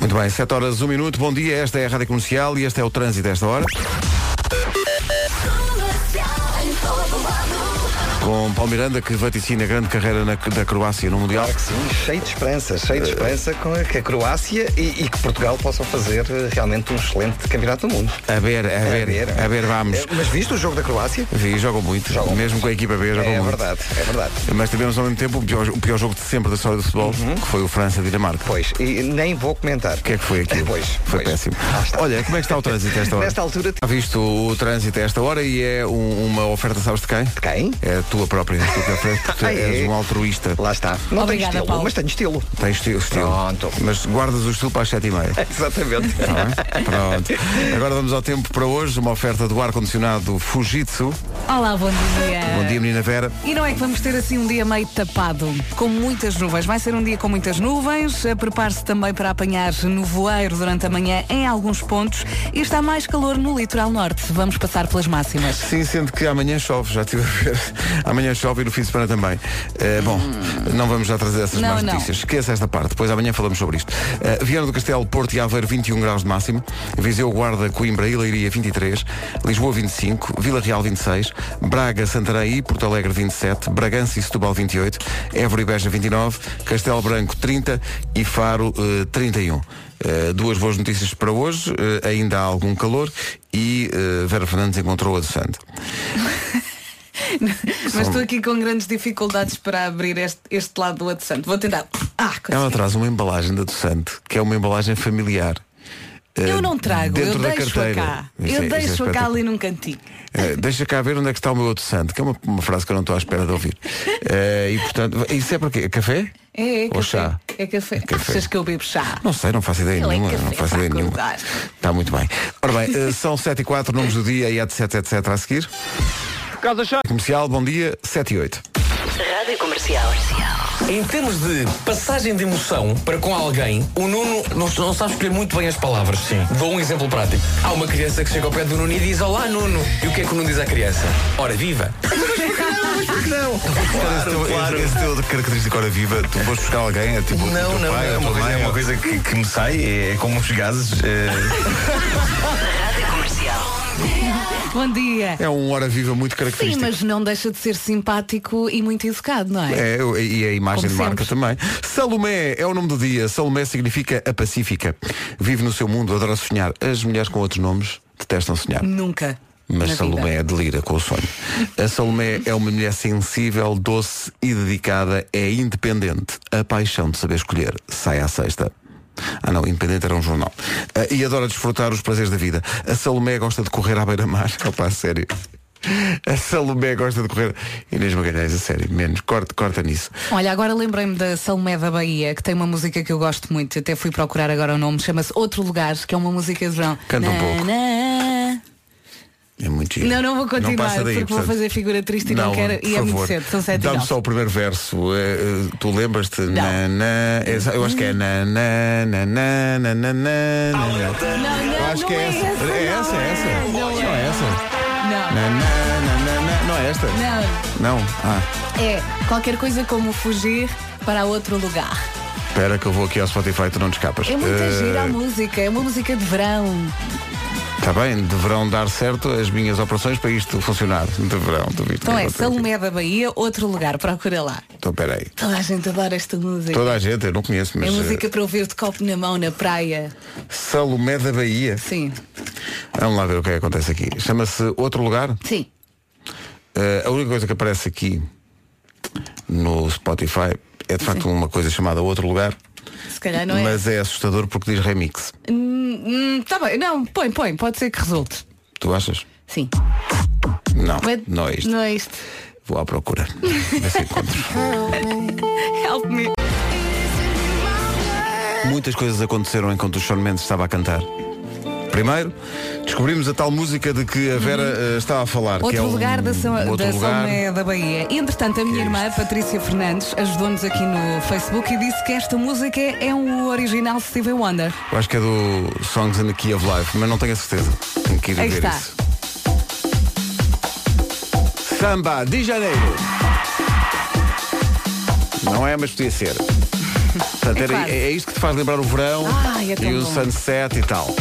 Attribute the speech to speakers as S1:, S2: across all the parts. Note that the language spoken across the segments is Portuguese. S1: Muito bem, 7 horas, 1 minuto. Bom dia, esta é a Rádio Comercial e este é o trânsito a esta hora. Com Paulo Miranda, que vaticina a grande carreira na- da Croácia no Mundial.
S2: Claro que sim, cheio de esperança, cheio
S1: É.
S2: de esperança com a, que a Croácia e, e que Portugal possam fazer eh, realmente um excelente campeonato do mundo.
S1: A ver, a ver, a ver, vamos.
S2: Eh, Mas visto o jogo da Croácia?
S1: Vi, jogam muito,
S2: Jogam
S1: mesmo com a equipa B, jogam
S2: É
S1: muito.
S2: verdade, é verdade.
S1: Mas tivemos ao mesmo tempo o pior, o pior jogo de sempre da história do futebol, que foi o França-Dinamarca.
S2: Uhum. Pois, e nem vou comentar.
S1: O que é que foi aquilo?
S2: Pois,
S1: foi
S2: pois.
S1: péssimo.
S2: Lá está.
S1: Olha, como é que está o trânsito a esta hora?
S2: Nesta altura,
S1: Está visto o trânsito a esta hora e é um- uma oferta, sabes de quem?
S2: de quem?
S1: É a tua própria, a tua própria, porque tu
S2: Ah, é?
S1: és um altruísta.
S2: Lá está. Não tenho
S3: Obrigada,
S2: estilo,
S3: Paulo.
S2: mas tenho estilo.
S1: Tens estilo, estilo.
S2: Pronto.
S1: Mas guardas o estilo para as sete e meia.
S2: Exatamente.
S1: Está bem? Pronto. Agora vamos ao tempo para hoje, uma oferta do ar-condicionado Fujitsu.
S3: Olá, bom dia.
S1: Bom dia, menina Vera.
S3: E não é que vamos ter assim um dia meio tapado, com muitas nuvens. Vai ser um dia com muitas nuvens. Eh, Prepare-se também para apanhar nevoeiro durante a manhã em alguns pontos. E está mais calor no litoral norte. Vamos passar pelas máximas.
S1: Sim, sendo que amanhã chove, já estive a ver. Amanhã chove e no fim de semana também. Eh, bom, não vamos já trazer essas
S3: Não,
S1: más
S3: não.
S1: notícias. Esqueça esta parte, depois amanhã falamos sobre isto. Eh, Viana do Castelo, Porto e Aveiro, 21 graus de máximo. Viseu, Guarda, Coimbra e Leiria, 23. Lisboa, 25. Vila Real, 26. Braga, Santarém e Porto Alegre, 27. Bragança e Setúbal, 28. Évora e Beja, 29. Castelo Branco, 30. E Faro, eh, 31. Eh, duas boas notícias para hoje, eh, ainda há algum calor e eh, Vera Fernandes encontrou a doçante.
S3: Mas estou aqui com grandes dificuldades para abrir este, este lado do WhatsApp. Vou tentar. Ah,
S1: Ela
S3: consegui.
S1: traz uma embalagem da Doçante, que é uma embalagem familiar. eh,
S3: Eu não trago, eu
S1: dentro da
S3: deixo-a
S1: carteira.
S3: cá.
S1: Isso é-
S3: Eu
S1: isso é
S3: deixo-a cá
S1: espetacular.
S3: ali num cantinho.
S1: Eh, deixa cá ver onde é que está o meu Doçante, que é uma, uma frase que eu não estou à espera de ouvir. Eh, e portanto, isso é para quê? Café?
S3: É, é
S1: Ou
S3: café.
S1: chá?
S3: É café.
S1: É café.
S3: Achas que eu bebo chá?
S1: Não sei, não faço ideia
S3: Ele é
S1: nenhuma.
S3: café
S1: não faço
S3: para
S1: ideia nenhuma.
S3: acordar.
S1: Está muito bem. Ora bem, eh, são 7 e 4, números do dia e há de 7, etc. a seguir. Comercial, bom dia, 7 e 8.
S4: Rádio Comercial.
S5: Em termos de passagem de emoção para com alguém, o Nuno não, não sabe escolher muito bem as palavras. Sim. Dou um exemplo prático. Há uma criança que chega ao pé do Nuno e diz Olá Nuno. E o que é que o Nuno diz à criança? Ora, viva!
S6: Esse teu, esse- esse teu característico hora viva, tu vais buscar alguém, é tipo o
S5: Não,
S6: teu
S5: não,
S6: pai,
S5: não,
S6: a tua
S5: é uma
S6: mãe,
S5: coisa-
S6: é uma coisa que, que me sai, é como os gases. eh,
S4: Rádio Comercial.
S3: Bom dia.
S1: É um hora viva muito
S3: Sim,
S1: característico.
S3: mas não deixa de ser simpático e muito educado, não é?
S1: É, eu- e a imagem
S3: Como
S1: de marca também. Salomé é o nome do dia. Salomé significa a pacífica. Vive no seu mundo, adora sonhar. As mulheres com outros nomes detestam sonhar.
S3: Nunca.
S1: É. Mas
S3: na
S1: Salomé
S3: vida.
S1: delira com o sonho. A Salomé é uma mulher sensível, doce e dedicada. É independente. A paixão de saber escolher sai à sexta. Ah não, Independente era um jornal. Ah, e adora desfrutar os prazeres da vida. A Salomé gosta de correr à beira-mar. Opa, a sério. A Salomé gosta de correr. Inês Magalhães, a sério, menos. Corta, corta nisso.
S3: Olha, agora lembrei-me da Salomé da Bahia, que tem uma música que eu gosto muito. Até fui procurar agora o nome. Chama-se Outro Lugar, que é uma música de verão.
S1: Canta um
S3: Na,
S1: pouco.
S3: na.
S1: É muito giro.
S3: Não, não vou continuar,
S1: passa daí,
S3: porque vou
S1: portanto.
S3: fazer figura triste e não, quero.
S1: por
S3: E é muito
S1: favor.
S3: cedo, são sete e
S1: Dá-me
S3: nove.
S1: só o primeiro verso. eh, eh, tu lembras-te? Na, na, exa- eu acho que é na, na, na, na, na, na, na, na.
S3: Não, não,
S1: Eu acho
S3: não
S1: que é
S3: é essa,
S1: essa. É
S3: não
S1: essa, é
S3: é.
S1: essa.
S3: Não é.
S1: Não é essa.
S3: Não,
S1: é
S3: é
S1: Na, na, na, na, na. Não é esta?
S3: não.
S1: Não. Ah,
S3: É qualquer coisa como fugir para outro lugar.
S1: espera que eu vou aqui ao Spotify, tu não te escapas.
S3: É muita
S1: Eh,
S3: gira a música, é uma música de verão.
S1: Está tá bem, deverão dar certo as minhas operações para isto funcionar. Deverão, tu viste.
S3: Então é Salomé da Bahia, outro lugar, procura lá.
S1: Então peraí.
S3: Toda a gente adora esta música.
S1: Toda a gente, eu não conheço, mas.
S3: É
S1: eh,
S3: música para ouvir de copo na mão na praia.
S1: Salomé da Bahia.
S3: Sim,
S1: Vamos lá ver o que é que acontece aqui. Chama-se Outro Lugar.
S3: sim.
S1: Eh, a única coisa que aparece aqui no Spotify é de facto uma coisa chamada Outro Lugar,
S3: Se calhar não é.
S1: mas é assustador porque diz remix.
S3: Hum, tá bem, não, põe, põe, pode ser que resulte.
S1: Tu achas?
S3: Sim.
S1: Não,
S3: Mas-
S1: não é isto.
S3: Não é isto.
S1: Vou à procura. Vê se encontro.
S3: Help me.
S1: Muitas coisas aconteceram enquanto o Sean Mendes estava a cantar. Primeiro, descobrimos a tal música de que a Vera eh, estava a falar. que
S3: Uhum. Outro
S1: é um-
S3: lugar da, Sa-
S1: outro
S3: da
S1: lugar. é
S3: Salomé da Bahia. Entretanto, a minha irmã, Patrícia Fernandes, ajudou-nos aqui no Facebook e disse que esta música é o original Stevie Wonder.
S1: Eu acho que é do Songs in the Key of Life, mas não tenho a certeza. Tenho que ir
S3: Aí
S1: ver
S3: está.
S1: isso. Samba de Janeiro. Não é, mas podia ser. Portanto,
S3: É
S1: era-
S3: quase.
S1: é, é isto que te faz lembrar o verão
S3: Ai, é tão
S1: e o
S3: bom.
S1: sunset e tal.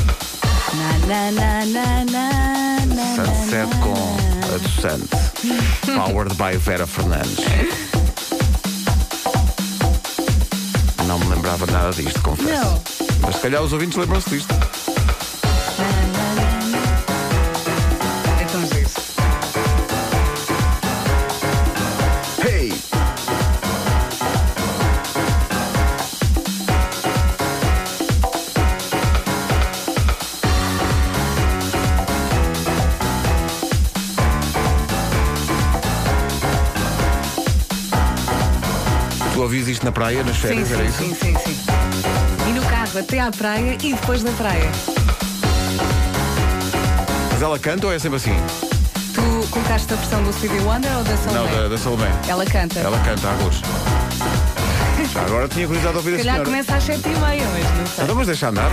S3: Na, na, na, na, na, na,
S1: Sunset
S3: na,
S1: com a Doçante. Powered by Vera Fernandes. Não me lembrava nada disto, confesso.
S3: Não.
S1: Mas se calhar os ouvintes lembram-se disto.
S3: na. É tão giro.
S1: Hey! Tu ouvis isto na praia, nas
S3: Sim,
S1: férias, era
S3: sim,
S1: isso?
S3: sim, sim, sim. E no carro até à praia e depois da praia.
S1: Mas ela canta ou é sempre assim?
S3: Tu colocaste a versão do CD Wonder ou da
S1: Não,
S3: Salomé?
S1: da, da Salomé.
S3: Ela canta.
S1: Ela canta, Arroz. Já agora tinha curiosidade de ouvir a
S3: Se calhar
S1: senhora.
S3: começa às sete e meia, mas não sei.
S1: Então vamos deixar andar.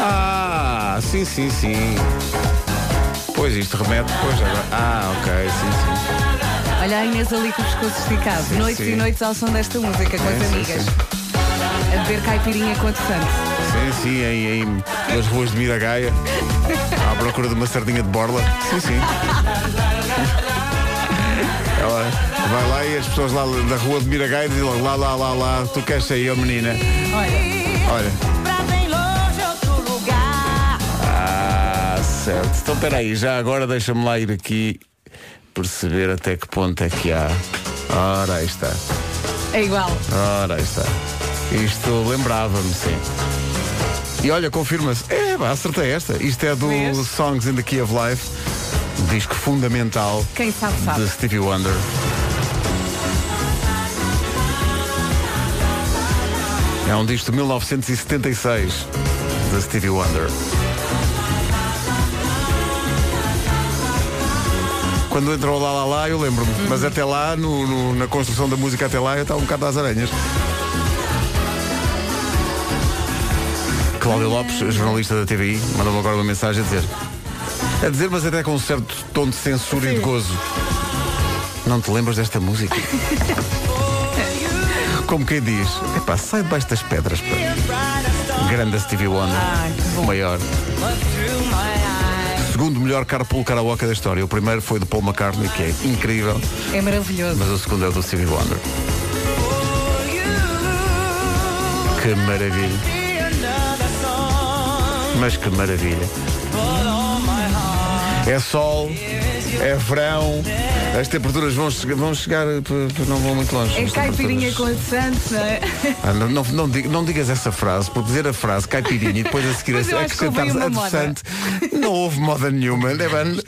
S1: Ah, sim, sim, sim. Pois isto remete, pois agora. Ah, ok, sim, sim.
S3: Olha a Inês ali com o pescoço esticado.
S1: Sim,
S3: noites
S1: sim.
S3: e noites ao som desta música com
S1: É,
S3: as
S1: sim,
S3: amigas.
S1: sim.
S3: A beber caipirinha com a de santo.
S1: Sim, sim, aí, aí nas ruas de Miragaia. À procura de uma sardinha de borla. Sim, sim. Ela vai lá e as pessoas lá da rua de Miragaia dizem logo, lá, lá, lá, lá, tu queres sair, ó menina.
S7: Olha.
S1: Olha.
S7: Pra bem longe outro lugar.
S1: Ah, certo. Então peraí, já agora deixa-me lá ir aqui perceber até que ponto é que há. Ora aí está.
S3: É igual.
S1: Ora aí está. Isto lembrava-me, sim. E olha, confirma-se. É, pá, acertei esta. Isto é do
S3: Vês?
S1: Songs in the Key of Life, disco fundamental
S3: Quem sabe sabe.
S1: de Stevie Wonder. É um disco de 1976 de Stevie Wonder. Quando entrou o Lá Lá Lá, eu lembro-me. Mas até lá, no- no- na construção da música até lá, eu estava um bocado às aranhas. Cláudio Lopes, jornalista da TVI, mandou-me agora uma mensagem a dizer. A dizer, mas até com um certo tom de censura e de gozo. Não te lembras desta música? Como quem diz, epá, sai debaixo das pedras. Pá. Grande Stevie Wonder. o maior. Segundo melhor carpool karaoke da história. O primeiro foi do Paul McCartney, que é incrível,
S3: É maravilhoso.
S1: mas o segundo é o do Stevie Wonder. Que maravilha. Mas que maravilha. É sol, é verão, as temperaturas vão, che- vão chegar, p- p- não vão muito longe.
S3: É
S1: as
S3: caipirinha
S1: temperaturas.
S3: com a de santo, não é?
S1: Ah, não, não, não diga- não digas essa frase, porque dizer a frase caipirinha e depois a seguir
S3: Mas eu
S1: a-
S3: acho que houve
S1: acrescentares
S3: aí uma
S1: adoçante, não houve moda nenhuma. né, mano?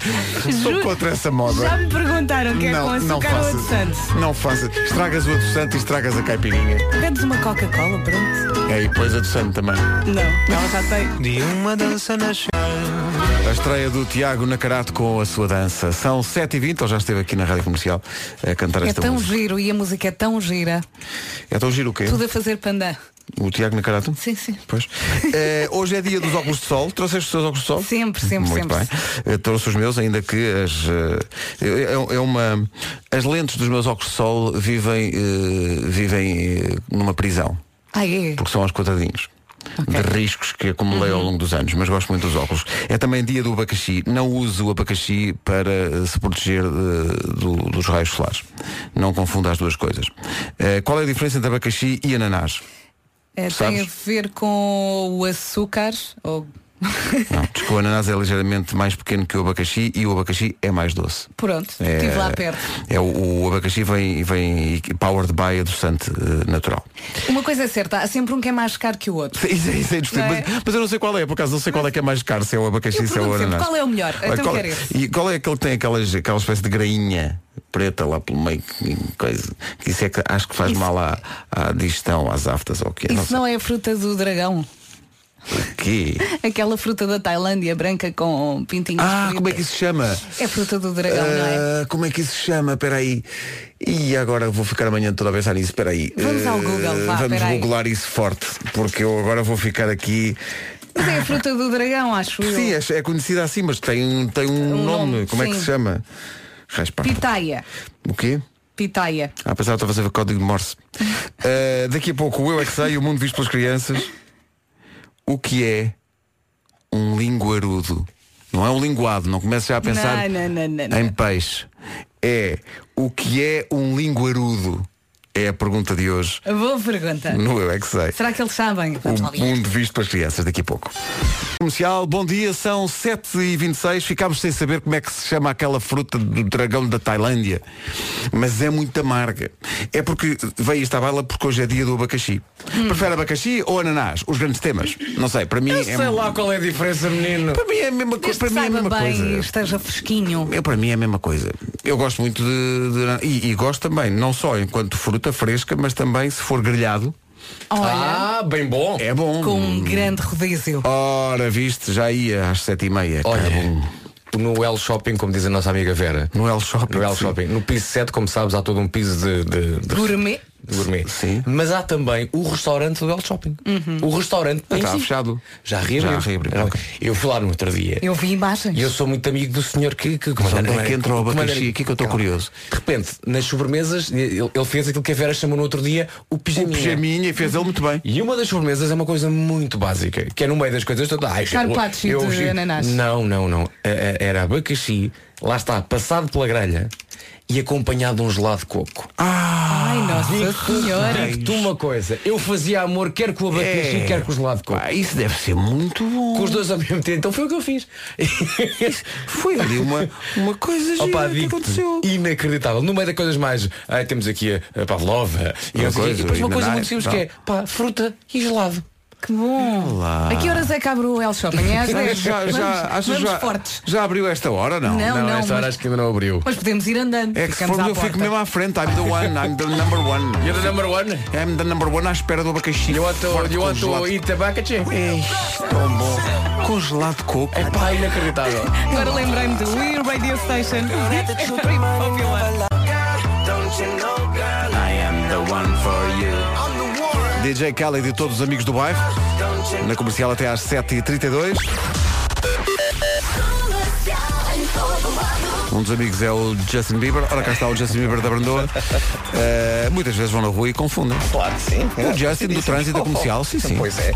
S1: Sou
S3: Juro.
S1: contra essa moda.
S3: Já me perguntaram o que é com açúcar ou a de santo.
S1: Não faça. Estragas o adoçante e estragas a caipirinha.
S3: Pedes uma Coca-Cola, pronto.
S1: É, e depois adoçante também.
S3: Não, ela já tem.
S1: A estreia do Tiago Nacarato com a sua dança. São 7h20, ele já esteve aqui na Rádio Comercial a cantar
S3: É
S1: esta
S3: tão
S1: música.
S3: giro e a música é tão gira.
S1: É tão giro o quê?
S3: Tudo a fazer pandã.
S1: O Tiago Nacarato?
S3: Sim, sim.
S1: Pois. Eh, hoje é dia dos óculos de sol. Trouxeste os teus óculos de sol?
S3: Sempre, sempre,
S1: Muito
S3: sempre.
S1: bem. Eh, trouxe os meus, ainda que as. eh, é, é uma. As lentes dos meus óculos de sol vivem, eh, vivem eh, numa prisão,
S3: Ah, é?
S1: porque são aos coitadinhos. De riscos que acumulei ao longo dos anos, mas gosto muito dos óculos. É também dia do abacaxi. Não uso o abacaxi para eh, se proteger eh, do- dos raios solares. Não confunda as duas coisas. Eh, qual é a diferença entre abacaxi e ananás?
S3: É, tem
S1: Sabes?
S3: a ver com o açúcar ou
S1: Não, diz que o ananás é ligeiramente mais pequeno que o abacaxi e o abacaxi é mais doce.
S3: pronto,
S1: É,
S3: estive lá perto.
S1: É, o, o abacaxi vem, vem powered by adoçante eh, natural.
S3: Uma coisa é certa, há sempre um que é mais caro que o outro.
S1: Isso, é- isso é indiscutível.
S3: Não é?
S1: Mas, mas eu não sei qual é, por acaso não sei qual é que é mais caro, se é o abacaxi,
S3: Eu
S1: se é o
S3: pergunto sempre,
S1: ananás.
S3: qual é o melhor?
S1: Olha,
S3: Então
S1: qual,
S3: quero esse.
S1: e qual é aquele que tem aquelas, aquela espécie de grainha preta lá pelo meio que- coisa, que isso é que acho que faz
S3: Isso-
S1: mal à, à digestão, às aftas ou o quê?
S3: Isso
S1: sei.
S3: não é a fruta do dragão,
S1: O quê?
S3: é aquela fruta da Tailândia branca com pintinhos.
S1: Ah,
S3: pretos.
S1: como é que isso se chama?
S3: É fruta do dragão, não é?
S1: Ah, Como é que isso se chama? Espera aí. E agora vou ficar amanhã toda a pensar nisso. Espera aí.
S3: Vamos ao Google, vá,
S1: Ah, Vamos
S3: espera aí.
S1: googlar isso forte, porque eu agora vou ficar aqui.
S3: Mas é a fruta do dragão, acho eu.
S1: Sim, é, é conhecida assim, mas tem, um- tem um,
S3: Um
S1: nome.
S3: nome,
S1: Como é que
S3: sim.
S1: se chama? Raios parva.
S3: Pitaia.
S1: O quê?
S3: Pitaia.
S1: Ah, pensava que estava a ver código de Morse. Uh, daqui a pouco, o Eu É Que Sei, o mundo visto pelas crianças. O que é um linguarudo? Não é um linguado, não comece já a pensar
S3: Não, não, não, não,
S1: em
S3: não.
S1: peixe. É o que é um linguarudo? É a pergunta de hoje
S3: Boa pergunta.
S1: no Eu É Que Sei.
S3: Será que eles sabem?
S1: O mundo visto pelas crianças daqui a pouco. Comercial, bom dia, são 7h26. Ficámos sem saber como é que se chama aquela fruta do dragão da Tailândia. Mas é muito amarga. É porque veio esta bala porque hoje é dia do abacaxi.
S3: Hum.
S1: Prefere abacaxi ou ananás? Os grandes temas. Não sei, para mim é.
S5: Sei lá qual é a diferença, menino.
S1: Para mim é a mesma
S3: Desde
S1: coisa. Para
S3: que
S1: mim é a
S3: saiba
S1: mesma
S3: bem e
S1: coisa.
S3: esteja fresquinho.
S1: Eu, para mim é a mesma coisa. Eu gosto muito de, de- e, e gosto também, não só enquanto fruta fresca, mas também se for grelhado,
S3: Olha,
S5: Ah, bem bom.
S1: é bom.
S3: com um grande rodízio.
S1: Ora, viste, já ia às sete e meia. um-
S5: Olha,
S1: Cabum.
S5: no L Shopping, como diz a nossa amiga Vera.
S1: No L Shopping,
S5: No L
S1: sim.
S5: Shopping. No piso 7, como sabes, há todo um piso de, de- de-
S3: Gourmet.
S5: de gourmet.
S1: Sim.
S5: Mas há também o restaurante do L Shopping.
S3: Uhum.
S5: O restaurante. em
S1: estava
S5: si.
S1: fechado.
S5: Já reabriu.
S1: Já reabriu,
S5: Era-
S1: ok.
S5: Eu fui lá no outro dia.
S3: Eu vi imagens.
S5: E eu sou muito amigo do senhor que, que
S1: Mas onde é
S5: comanda-
S1: que entra o
S5: comanda-
S1: abacaxi? Aqui que eu estou
S5: Calma.
S1: curioso.
S5: De repente, nas sobremesas, ele, ele fez aquilo que a Vera chamou no outro dia o pijaminha.
S1: Pijaminha, fez ele muito bem.
S5: E uma das sobremesas é uma coisa muito básica, que é no meio das coisas todas. Ai,
S3: Carpaccio de ananás.
S5: Não, não, não. A- a- Era abacaxi, lá está, passado pela grelha e acompanhado de um gelado de coco.
S1: Ah!
S3: Ai, nossa senhora.
S5: Digo-te uma coisa, eu fazia amor quer com o abacaxi,
S1: É.
S5: quer com o gelado de coco.
S1: Pá, isso deve ser muito bom.
S5: Com os dois ao mesmo tempo, então foi o que eu fiz.
S1: Foi ali uma, uma coisa gira
S5: Opa,
S1: que
S5: digo-te,
S1: aconteceu.
S5: inacreditável. No meio das coisas mais. ah, temos aqui a, a Pavlova e,
S1: Uma
S5: não sei o quê.
S1: coisa,
S5: e depois uma
S1: ainda
S5: coisa
S1: dá,
S5: muito simples
S1: dá.
S5: que é pá, fruta e gelado.
S3: Que bom.
S1: Olá.
S3: A que horas é que abre o El Shopping? É às 10.
S1: Já, já,
S3: vamos,
S1: achas
S3: vamos
S1: já,
S3: fortes.
S1: já abriu esta hora ou não?
S3: Não, não.
S5: esta hora
S3: mas-
S5: acho que ainda não abriu.
S3: Mas podemos ir andando.
S1: É que se
S3: Ficamos
S1: formos
S3: à
S1: eu
S3: porta.
S1: fico mesmo à frente. I'm the one, I'm the number one.
S5: You're the number one.
S1: I'm the number one à espera do abacaxi.
S5: You want to,
S1: Forte
S5: you
S1: com
S5: want
S1: gelado.
S5: to eat abacaxi?
S1: Ei, tão bom. Congelado de coco.
S5: É pá, inacreditável.
S3: Agora lembrei-me do We Radio Station.
S1: DJ Khaled e todos os amigos do bairro. Na comercial até às 7h32. Um dos amigos é o Justin Bieber. Ora, cá está o Justin Bieber da Brandoa. Eh, muitas vezes vão na rua e confundem.
S2: Claro que sim.
S1: O Justin do trânsito comercial, sim, sim.
S2: Pois é.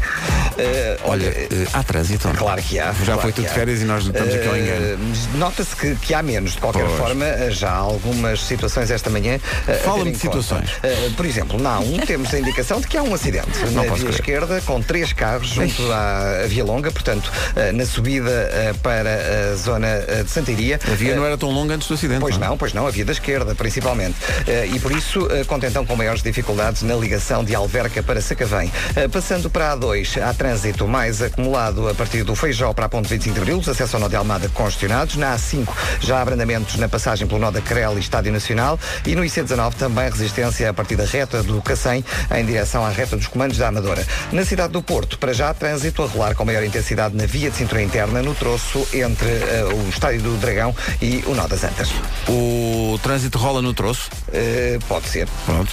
S2: Eh,
S1: Olha,
S2: olha,
S1: eh, há trânsito. não?
S2: Claro que há.
S1: Já
S2: claro
S1: foi
S2: que
S1: tudo de
S2: há.
S1: férias e nós estamos aqui ao
S2: Eh,
S1: engano.
S2: Nota-se que, que há menos. De qualquer
S1: Pois.
S2: forma, eh, já há algumas situações esta manhã. eh, a
S1: Fala-me
S2: ter em
S1: de
S2: conta.
S1: situações.
S2: Eh, por exemplo, na A1 temos a indicação de que há um acidente
S1: Não
S2: na
S1: posso
S2: via
S1: crer.
S2: esquerda com três carros junto à Via Longa, portanto, eh, na subida eh, para a zona eh, de Santiria.
S1: A via
S2: Eh,
S1: não era tão longa antes do acidente.
S2: Pois
S1: é?
S2: não, pois não, a via da esquerda, principalmente. Eh, e por isso eh, conta então com maiores dificuldades na ligação de Alverca para Sacavém. Eh, passando para a A2, há trânsito mais acumulado a partir do Feijó para a ponte 25 de Abril, os acessos ao Nó de Almada congestionados. Na A5, já há abrandamentos na passagem pelo Nó da Crel e Estádio Nacional. E no IC19 também resistência a partir da reta do Cacém em direção à reta dos comandos da Amadora. Na cidade do Porto, para já, trânsito a rolar com maior intensidade na via de cintura interna, no troço entre eh, o Estádio do Dragão e o Nó das Antas.
S1: O trânsito rola no troço.
S2: Eh, pode ser.
S1: Pronto.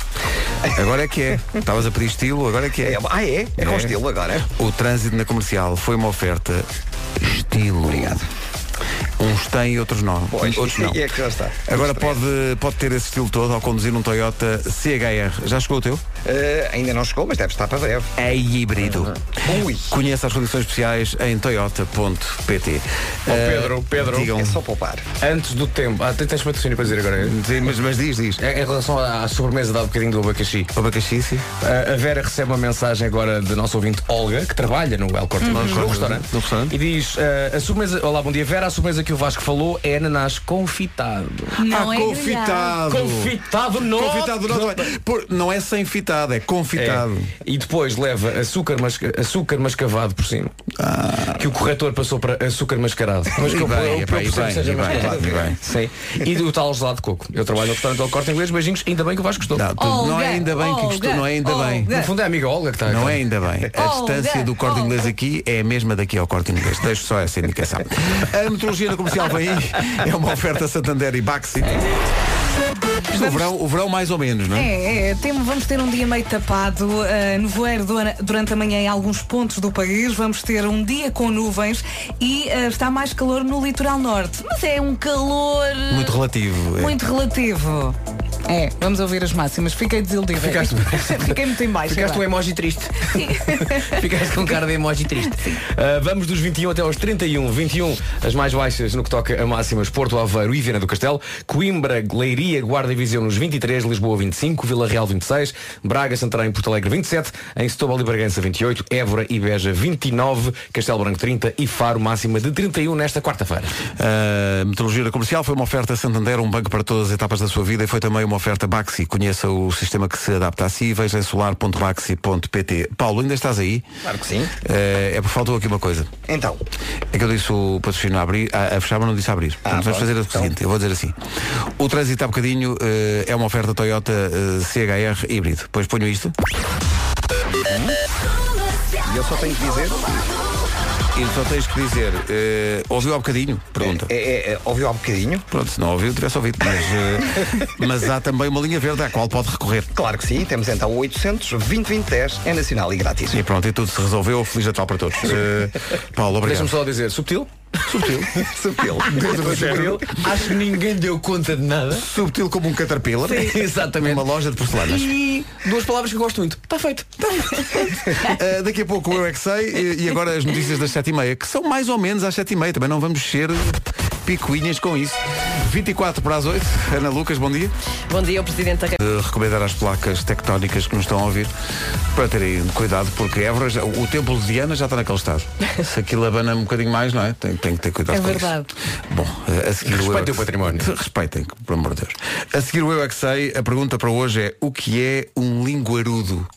S1: Agora é que é. Estavas a pedir estilo, agora é que
S2: É, ah, é? É com estilo agora.
S1: O trânsito na comercial foi uma oferta estilo. Obrigado. Uns têm e outros não.
S2: Pois,
S1: outros não.
S2: e é que já está.
S1: Agora pode, pode ter esse estilo todo ao conduzir um Toyota CHR. Já chegou o teu?
S2: Eh, ainda não chegou, mas deve estar para breve. Uhum.
S1: É híbrido.
S2: Ui.
S1: Conheça as condições especiais em toyota.pt.
S5: Ó, Pedro, Pedro.
S1: Eh, digam.
S2: É só poupar.
S5: Antes do tempo. Ah, tens patrocínio para dizer agora. É,
S1: Sim, Mas, mas diz, diz.
S5: Em em relação à à sobremesa da bocadinho do abacaxi. Eh,
S1: Abacaxi, sim.
S5: A a Vera recebe uma mensagem agora de nosso ouvinte Olga, que trabalha no El Corte, no, restaurante,
S1: Uhum. No restaurante.
S5: E diz, ah, a sobremesa, olá, bom dia Vera, a sobremesa que o Vasco falou é ananás confitado.
S3: Não
S1: ah,
S3: é grelhado.
S1: confitado.
S5: Confitado não!
S1: Confitado, não, Por- não é sem fitado, é confitado.
S5: E depois leva açúcar, masca- açúcar mascavado por cima. Que o corretor passou para açúcar mascarado. Mas
S1: Ah. E
S5: que eu,
S1: bem, e
S5: eu, eu
S1: bem, e
S5: percebo
S1: bem,
S5: que seja
S1: e bem,
S5: mascarado.
S1: e bem.
S5: Sim. E do tal gelado de coco. Eu trabalho no restaurante ao corte inglês, beijinhos, ainda bem que o Vasco gostou.
S1: Não, tu- não é
S3: Olga,
S1: ainda bem que gostou,
S3: Olga,
S1: não é ainda bem.
S5: No
S3: Olga.
S5: fundo é a amiga Olga que está
S1: Não
S5: aqui.
S1: é ainda bem. A
S3: Olga,
S1: distância do corte
S3: Olga.
S1: inglês aqui é a mesma daqui ao corte inglês. Deixo só essa indicação. A metrologia no comercial vem aí. É uma oferta Santander e Baxi. O verão, o verão mais ou menos, não é?
S3: É, é tem- vamos ter um dia meio tapado, uh, nevoeiro dura- durante a manhã em alguns pontos do país, vamos ter um dia com nuvens e ah, está mais calor no litoral norte. Mas é um calor eh,
S6: Muito relativo. é.
S3: muito relativo. É, vamos ouvir as máximas. Fiquei desiludida.
S5: Ficaste-
S3: Fiquei muito em baixo. é
S5: Ficaste um emoji triste. Ficaste com cara de emoji triste. Uh, vamos dos 21 até aos 31. 21 as mais baixas no que toca a máximas Porto Aveiro e Viana do Castelo. Coimbra, Leiria, Guarda e Viseu nos 23, Lisboa 25, Vila Real 26, Braga, Santarém e Porto Alegre 27, em Setúbal e Bragança 28, Évora e Beja 29, Castelo Branco 30 e Faro máxima de 31 nesta quarta-feira.
S1: A meteorologia comercial foi uma oferta Santander, um banco para todas as etapas da sua vida e foi também uma oferta Baxi. Conheça o sistema que se adapta a si e veja em solar.baxi.pt. Paulo, ainda estás aí?
S2: Claro que sim.
S1: Eh, é porque faltou aqui uma coisa.
S2: Então,
S1: É que eu disse o patrocínio a abrir, a, a fechar, mas não disse a abrir. Portanto, vamos
S2: pronto,
S1: fazer o
S2: então.
S1: seguinte, eu vou dizer assim. O trânsito há bocadinho eh, é uma oferta Toyota eh, CHR híbrido. Depois ponho isto
S2: e eu só tenho que dizer,
S1: e só tens que dizer, eh, ouviu há bocadinho? Pergunta.
S2: é, é, é, ouviu há bocadinho?
S1: Pronto, se não ouviu, tivesse ouvido. Mas, eh, mas há também uma linha verde à qual pode recorrer.
S2: Claro que sim, temos então 800 20 20 10, é nacional e grátis.
S1: E pronto, e tudo se resolveu. Feliz Natal para todos. Eh, Paulo, obrigado.
S5: Deixa-me só dizer, subtil?
S1: Subtil. é.
S2: Sutil.
S5: Subtil. Acho que ninguém deu conta de nada.
S1: Subtil como um caterpillar.
S5: Exatamente.
S1: Numa loja de porcelanas.
S5: E duas palavras que eu gosto muito. Está feito.
S1: Uh, daqui a pouco eu é que sei e, e agora as notícias das 7h30, que são mais ou menos às 7h30, também não vamos ser picuinhas com isso. 24 para as 8, Ana Lucas, bom dia.
S8: Bom dia, o Presidente da República.
S1: De Eh, recomendar às placas tectónicas que nos estão a ouvir para terem cuidado, porque Évora, já- o templo de Diana já está naquele estado. Se aquilo abana um bocadinho mais, não é? Tem, tem que ter cuidado
S3: É
S1: com
S3: verdade.
S1: isso. Bom, uh, a seguir
S5: Respeitem
S1: Eu É Que
S5: o património.
S1: Sei- Respeitem, pelo amor de Deus. A seguir o Eu é que sei, a pergunta para hoje é o que é um linguarudo?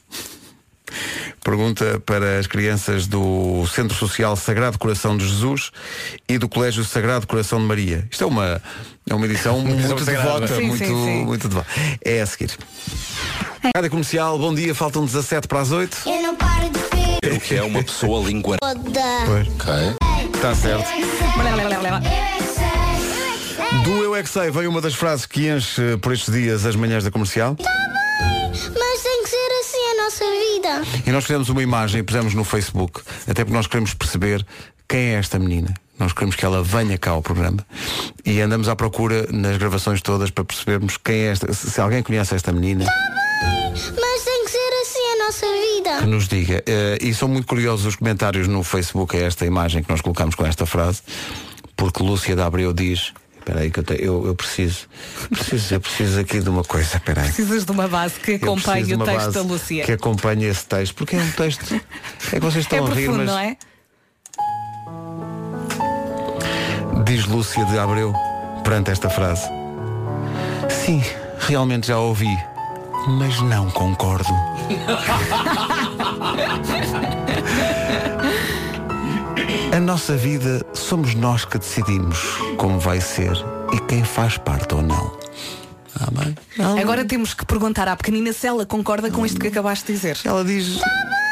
S1: Pergunta para as crianças do Centro Social Sagrado Coração de Jesus e do Colégio Sagrado Coração de Maria. Isto é uma, é uma edição muito,
S5: sagrada. é?
S1: devota.
S3: Sim,
S1: muito,
S3: sim, sim.
S1: muito devota. É a seguir. Rádio Comercial, bom dia, faltam 17 para as 8.
S9: Eu não paro de ver.
S10: O que é uma pessoa língua?
S9: Toda.
S1: Está Tá certo.
S9: Eu é que sei.
S1: Do Eu é que sei vem uma das frases que enche eh, por estes dias as manhãs da comercial.
S9: Tá Mas tem que ser assim a nossa vida.
S1: E nós fizemos uma imagem e pusemos no Facebook, até porque nós queremos perceber quem é esta menina. Nós queremos que ela venha cá ao programa. E andamos à procura nas gravações todas para percebermos quem é esta. Se se alguém conhece esta menina,
S9: Tá Mas tem que ser assim a nossa
S1: que
S9: vida.
S1: nos diga. Eh, e são muito curiosos os comentários no Facebook a esta imagem que nós colocamos com esta frase, porque Lúcia da Abreu diz. Espera aí que eu, te- eu, eu preciso, preciso. Eu preciso aqui de uma coisa. Espera aí.
S3: Precisas de uma base que
S1: Eu preciso de
S3: acompanhe o
S1: uma
S3: texto
S1: base
S3: da Lúcia.
S1: Que acompanhe esse texto. Porque é um texto. É que vocês
S3: É
S1: estão a rir,
S3: profundo,
S1: mas.
S3: não é? é?
S1: Diz Lúcia de Abreu perante esta frase. Sim, realmente já a ouvi, mas não concordo. A nossa vida somos nós que decidimos como vai ser e quem faz parte ou não. Ah, bem.
S3: Agora temos que perguntar à pequenina se ela concorda com isto que acabaste de dizer.
S1: Ela diz,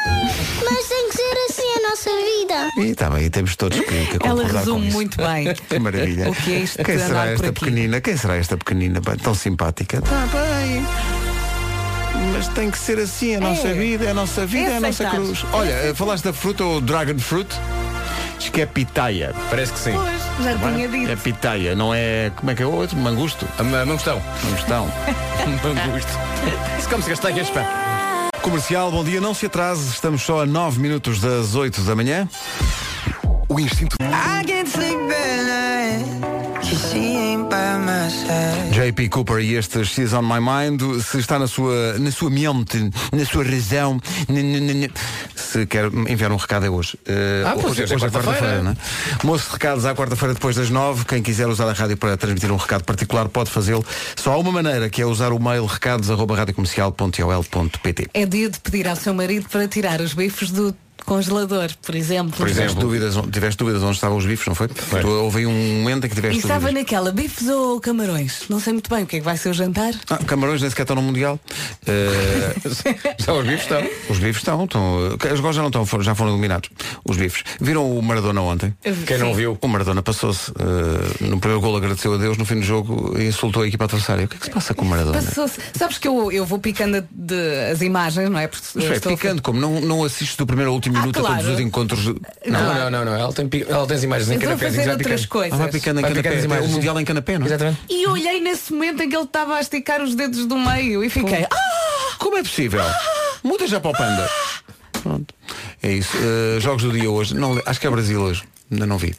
S9: Mas tem que ser assim a nossa vida.
S1: e está bem, e temos todos que, que
S3: Ela
S1: concordar com
S3: resume
S1: isso.
S3: muito bem.
S1: Que maravilha.
S3: O que é isto
S1: Quem
S3: de
S1: será
S3: andar por
S1: esta
S3: aqui?
S1: pequenina? Quem será esta pequenina? Bem, Tão simpática. Está tá bem. Mas tem que ser assim, a nossa vida, é a nossa vida, é, a nossa
S3: aceitar.
S1: cruz. Olha, eh, falaste da fruta ou dragon fruit? Diz que é pitaia.
S5: Parece que sim.
S3: Pois, já tinha
S1: É
S3: dito.
S1: pitaia, não é. Como é que é o outro? Mangusto.
S5: A ma- Mangostão.
S1: Mangustão.
S5: Mangusto. Se como se é gastanhas, pá.
S1: Comercial, bom dia, não se atrase, estamos só a 9 minutos das 8 da manhã. O instinto. JP Cooper e este She's on My Mind, se está na sua, na sua mente, na sua razão, n- n- n- n- se quer enviar um recado é hoje. Eh,
S5: Ah, pois,
S1: hoje,
S5: hoje é quarta-feira.
S1: não é? Moço de recados à quarta-feira depois das 9. Quem quiser usar a rádio para transmitir um recado particular pode fazê-lo. Só há uma maneira, que é usar o mail recados@radiocomercial.ol.pt.
S3: É dia de pedir ao seu marido para tirar os bifes do Congelador, por exemplo.
S1: Por exemplo. Tiveste dúvidas, on- tiveste dúvidas onde estavam os bifes, não foi? Tu, houve aí um momento em que
S3: E
S1: tiveste
S3: estava
S1: dúvidas.
S3: naquela, bifes ou camarões? Não sei muito bem o que é que vai ser o jantar.
S1: Ah, camarões nem sequer estão no Mundial. Eh,
S5: Já os bifes estão.
S1: os bifes estão, estão. eh, Os gols já não estão, foram- já foram eliminados. Os bifes. Viram o Maradona ontem?
S5: Quem não viu?
S1: O Maradona passou-se. eh, no primeiro gol agradeceu a Deus, no fim do jogo insultou a equipa adversária. O que é que se passa com o Maradona?
S3: Passou-se. Sabes que eu, eu vou picando a- de- as imagens, não é? Porque
S1: Mas
S3: eu
S1: é,
S3: estou a-
S1: ficando, como não, não assistes do primeiro ao último
S3: Ah,
S1: minuto a todos
S3: claro.
S1: os encontros. Não,
S5: Não, não, não, não. Ela tem, pi- ela tem as imagens em
S3: Eu vou
S5: canapé.
S3: fazer outras
S1: Ah,
S3: coisas.
S1: vai picando em
S5: Vai
S1: canapé.
S5: picando as imagens,
S1: o
S5: sim.
S1: Mundial em canapé, não é?
S5: Exatamente.
S3: E olhei nesse momento em que ele estava a esticar os dedos do meio e fiquei. Ah!
S1: Como é possível? Muda já para o Panda. Pronto. É isso. Eh, jogos do dia hoje. Não, acho que é Brasil hoje. Ainda não vi.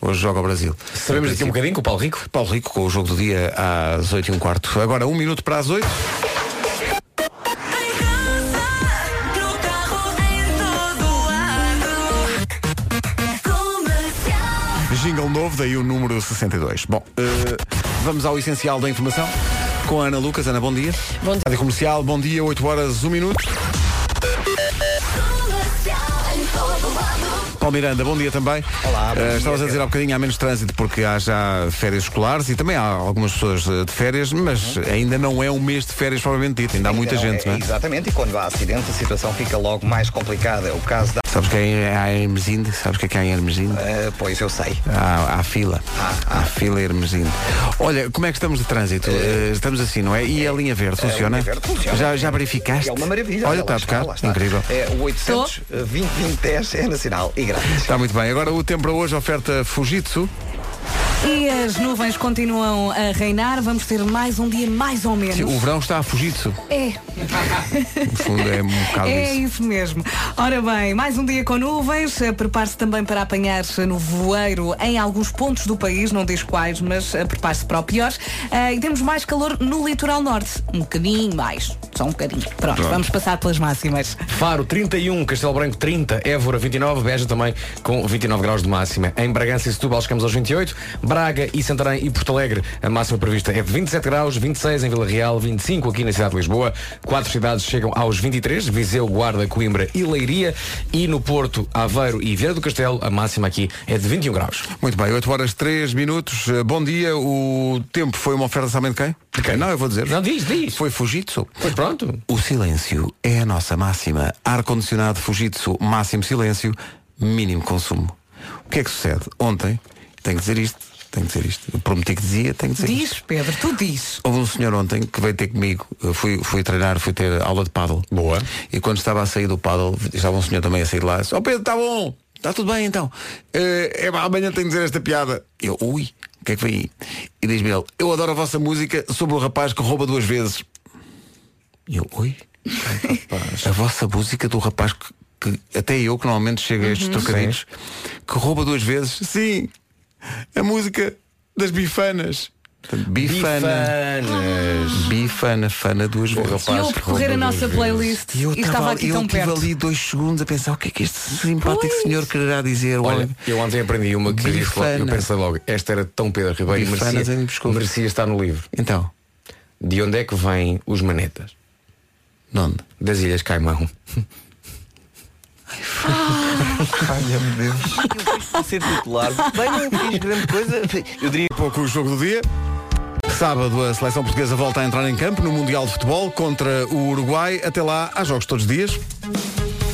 S1: Hoje joga o Brasil.
S5: Sabemos daqui um bocadinho com o Paulo Rico.
S1: Paulo Rico com o jogo do dia às 8 e um quarto. Agora um minuto para as
S7: Em
S1: 8.
S7: casa, no carro, em todo lado. Comercial.
S1: Jingle novo, daí o número 62. Bom, eh, vamos ao essencial da informação. Com a Ana Lucas. Ana, bom dia. Bom dia. Rádio Comercial, bom dia, 8 horas, 1 minuto. Paulo Miranda, bom dia também.
S2: Olá, bom
S1: Eh,
S2: dia,
S1: Estavas a dizer há bocadinho, há menos trânsito porque há já férias escolares e também há algumas pessoas eh, de férias, mas ainda não é um mês de férias propriamente dito, ainda há muita
S2: Então,
S1: gente,
S2: Uhum. é,
S1: não é?
S2: Exatamente, e quando há acidente a situação fica logo mais complicada. É O caso da.
S1: Sabes que é a Hermesinde? Sabes o que é que é a Hermesinde?
S2: Eh, pois eu sei.
S1: Há, há fila. Há, fila Hermesinde. Olha, como é que estamos de trânsito? Eh, estamos assim, não é? E a linha verde funciona?
S2: linha verde funciona.
S1: Já, já verificaste?
S2: É uma maravilha.
S1: Olha,
S2: lá
S1: está a
S2: está,
S1: tocar.
S2: lá está.
S1: Incrível.
S2: É, o 800 20 20 10 é nacional e grátis.
S1: Está Tá muito bem. Agora o tempo para hoje oferta Fujitsu.
S3: E as nuvens continuam a reinar. Vamos ter mais um dia mais ou menos.
S1: Sim, O verão está a Fujitsu.
S3: É,
S1: No fundo é um bocado
S3: é
S1: isso.
S3: isso mesmo. Ora bem, mais um dia com nuvens. Eh, Prepare-se também para apanhar eh, no voeiro em alguns pontos do país, não diz quais, mas eh, prepare-se para o pior. Eh, e temos mais calor no litoral norte. Um bocadinho mais, só um bocadinho. Pronto, vamos passar pelas máximas.
S5: Faro 31, Castelo Branco 30, Évora 29, Beja também com 29 graus de máxima. Em Bragança e Setúbal chegamos aos 28, Braga e Santarém e Porto Alegre a máxima prevista é de 27 graus, 26 em Vila Real, 25 aqui na cidade de Lisboa. Quatro cidades chegam aos 23, Viseu, Guarda, Coimbra e Leiria e no Porto, Aveiro e Vieira do Castelo a máxima aqui é de 21 graus.
S1: Muito bem, 8 horas 3 minutos. Eh, Bom dia. O tempo foi uma oferta, sabem de quem? De
S5: quem?
S1: Não, eu vou dizer.
S5: Não, diz, diz.
S1: Foi Fujitsu.
S5: Pois pronto.
S1: O silêncio é a nossa máxima. Ar-condicionado Fujitsu, máximo silêncio, mínimo consumo. O que é que sucede? Ontem, tenho que dizer isto, tenho que dizer isto. Eu prometi que dizia, tenho que dizer isto.
S3: Diz, Pedro, tu diz.
S1: Houve um senhor ontem que veio ter comigo, eu fui, fui treinar, fui ter aula de paddle.
S5: Boa.
S1: E quando estava a sair do paddle, estava um senhor também a sair de lá, disse, oh Pedro, está bom, está tudo bem então. Eh, é, pá, amanhã tenho de dizer esta piada. Eu, ui, o que é que vem aí? E diz-me ele, eu adoro a vossa música sobre o rapaz que rouba duas vezes. E eu, oi? a vossa música do rapaz que, que até eu que normalmente chego a estes trocadilhos, que rouba duas vezes. Sim, a música das bifanas. Bifana. Bifana, fana duas vezes.
S3: E eu a percorrer a nossa playlist
S1: E eu
S3: e estava
S1: estava
S3: aqui
S1: ali- eu
S3: tão
S1: tive
S3: perto.
S1: ali dois segundos a pensar o que é que este simpático
S3: Pois.
S1: senhor quererá dizer.
S5: Olha,
S1: Olha,
S5: eu ontem aprendi uma que disse logo, eu
S1: Bifana.
S5: pensei logo, esta era tão Pedro Ribeiro, e
S1: Bifanas
S5: merecia,
S1: em pescoço.
S5: merecia estar no livro.
S1: Então,
S5: De onde é que vêm os manetas?
S1: onde?
S5: Das Ilhas Caimão.
S7: Ah,
S6: Falha-me Deus.
S8: ser titular. Bem, não fiz grande coisa. Eu diria
S1: pouco o jogo do dia. Sábado a seleção portuguesa volta a entrar em campo no Mundial de Futebol contra o Uruguai. Até lá, há jogos todos os dias.